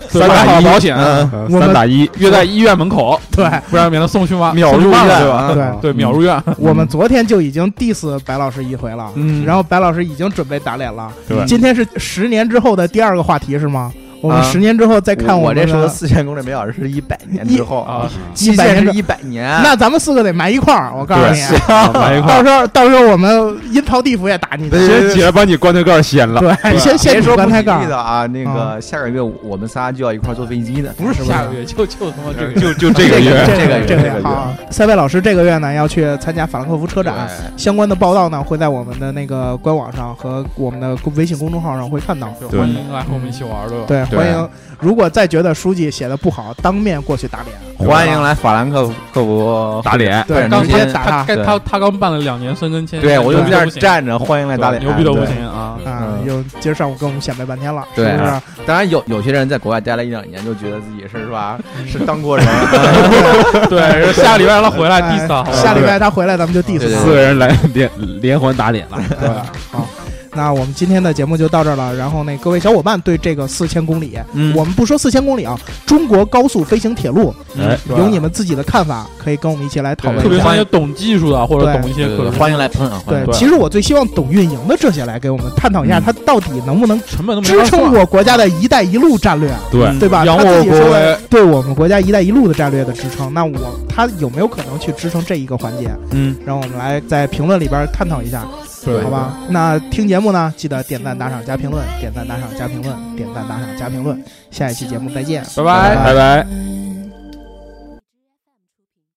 [SPEAKER 3] 三打
[SPEAKER 5] 对买
[SPEAKER 3] 一
[SPEAKER 5] 好保险，
[SPEAKER 4] 嗯
[SPEAKER 3] 呃
[SPEAKER 2] 我们
[SPEAKER 3] 三打一，
[SPEAKER 5] 约在医院门口，
[SPEAKER 2] 对
[SPEAKER 5] 不然免得送去妈
[SPEAKER 4] 秒入
[SPEAKER 5] 送去 骂了
[SPEAKER 4] 院
[SPEAKER 5] 对吧？
[SPEAKER 4] 啊
[SPEAKER 2] 对
[SPEAKER 3] 嗯
[SPEAKER 5] 对，秒入院。
[SPEAKER 2] 我们昨天就已经 diss 白老师一回了，
[SPEAKER 4] 嗯
[SPEAKER 2] 然后白老师已经准备打脸了。
[SPEAKER 3] 对
[SPEAKER 2] 今天是十年之后的第二个话题是吗？我们
[SPEAKER 4] 啊
[SPEAKER 2] 十年之后再看
[SPEAKER 4] 我
[SPEAKER 2] 们
[SPEAKER 4] 这说
[SPEAKER 2] 的
[SPEAKER 4] 的四千公里每小时是一百年之后
[SPEAKER 5] 啊，
[SPEAKER 4] 极
[SPEAKER 2] 100
[SPEAKER 4] 限
[SPEAKER 2] 年
[SPEAKER 4] 是
[SPEAKER 2] 之
[SPEAKER 4] 一百年。
[SPEAKER 2] 那咱们四个得埋一块儿，我告诉你，
[SPEAKER 3] 啊来一块
[SPEAKER 2] 到
[SPEAKER 3] 儿，
[SPEAKER 2] 时候到时候我们阴曹地府也打你的。
[SPEAKER 3] 先起来把你棺材盖儿掀了，
[SPEAKER 2] 对，先先
[SPEAKER 4] 别
[SPEAKER 2] 你
[SPEAKER 4] 说不
[SPEAKER 2] 棺材
[SPEAKER 4] 吉
[SPEAKER 2] 盖
[SPEAKER 4] 利
[SPEAKER 2] 儿
[SPEAKER 4] 的啊，那个下个月我们仨就要一块儿坐飞机的，
[SPEAKER 5] 不是下个月， 就就他妈这个月。
[SPEAKER 3] 就就 这个月，
[SPEAKER 4] 这个月
[SPEAKER 2] 这
[SPEAKER 4] 这个
[SPEAKER 2] 月
[SPEAKER 4] 月
[SPEAKER 2] 好，塞贝老师这个月呢要去参加法兰克福车展，
[SPEAKER 4] 对
[SPEAKER 2] 相关的报道呢会在我们的那个官网上和我们的微信公众号上会看到。
[SPEAKER 5] 欢迎来和我们一起玩儿，对吧？
[SPEAKER 2] 对，
[SPEAKER 4] 对
[SPEAKER 2] 欢迎。如果再觉得书记写的不好，当面过去打脸。
[SPEAKER 4] 欢迎来法兰克克福。
[SPEAKER 3] 打脸，
[SPEAKER 2] 啊对，
[SPEAKER 4] 对
[SPEAKER 2] 直接
[SPEAKER 4] 你
[SPEAKER 2] 打他
[SPEAKER 5] 他
[SPEAKER 4] 对
[SPEAKER 5] 他他刚办了两年深耕签，
[SPEAKER 4] 对我就在
[SPEAKER 5] 牛逼
[SPEAKER 4] 那
[SPEAKER 5] 都
[SPEAKER 4] 儿
[SPEAKER 5] 不行
[SPEAKER 4] 站着，欢迎来
[SPEAKER 5] 对
[SPEAKER 4] 打脸，
[SPEAKER 5] 牛逼都不
[SPEAKER 4] 对。
[SPEAKER 5] 行啊！
[SPEAKER 2] 啊！
[SPEAKER 4] 嗯
[SPEAKER 2] 又今儿上午跟我们显摆半天了，是
[SPEAKER 4] 对啊
[SPEAKER 2] 不是？
[SPEAKER 4] 当然有有些人在国外待了一两年，就觉得自己是 是吧，是当国人，啊
[SPEAKER 5] 对，下礼拜让他回来
[SPEAKER 2] 哎
[SPEAKER 5] diss 他，好吧
[SPEAKER 2] 下礼拜他回来咱们就 diss
[SPEAKER 4] 对对
[SPEAKER 2] 他
[SPEAKER 3] 四个人来连连环打脸了，
[SPEAKER 2] 对，好，那我们今天的节目就到这儿了。然后那各位小伙伴对这个四千公里，
[SPEAKER 4] 嗯
[SPEAKER 2] 我们不说四千公里啊，中国高速飞行铁路
[SPEAKER 3] 哎，
[SPEAKER 2] 有你们自己的看法，可以跟我们一起来讨
[SPEAKER 5] 特
[SPEAKER 2] 论
[SPEAKER 5] 别
[SPEAKER 2] 一
[SPEAKER 5] 是
[SPEAKER 2] 下
[SPEAKER 5] 那。些懂技术的或者
[SPEAKER 2] 对
[SPEAKER 5] 懂一些
[SPEAKER 4] 对
[SPEAKER 5] 可
[SPEAKER 4] 对
[SPEAKER 5] 能
[SPEAKER 4] 欢迎来喷啊，欢
[SPEAKER 2] 对
[SPEAKER 4] 迎，
[SPEAKER 2] 其实我最希望懂运营的这些来给我们探讨一下，
[SPEAKER 4] 嗯
[SPEAKER 2] 它到底能不能
[SPEAKER 5] 成本都没
[SPEAKER 2] 支
[SPEAKER 5] 法
[SPEAKER 2] 撑
[SPEAKER 5] 算
[SPEAKER 2] 我国家的一带一路战略。
[SPEAKER 3] 对，
[SPEAKER 2] 对吧？
[SPEAKER 5] 扬
[SPEAKER 2] 他自己
[SPEAKER 5] 嗯我国
[SPEAKER 2] 说
[SPEAKER 5] 威
[SPEAKER 2] 对我们国家“一带一路”的战略的支撑，那我他有没有可能去支撑这一个环节？
[SPEAKER 4] 嗯，
[SPEAKER 2] 让我们来在评论里边探讨一下，
[SPEAKER 4] 对
[SPEAKER 2] 好吧？那听节目呢，记得点赞、打赏、加评论，点赞、打赏、加评论，点赞、打赏、加评论，下一期节目再见，
[SPEAKER 5] 拜拜
[SPEAKER 3] 拜拜。
[SPEAKER 1] time.
[SPEAKER 2] 哎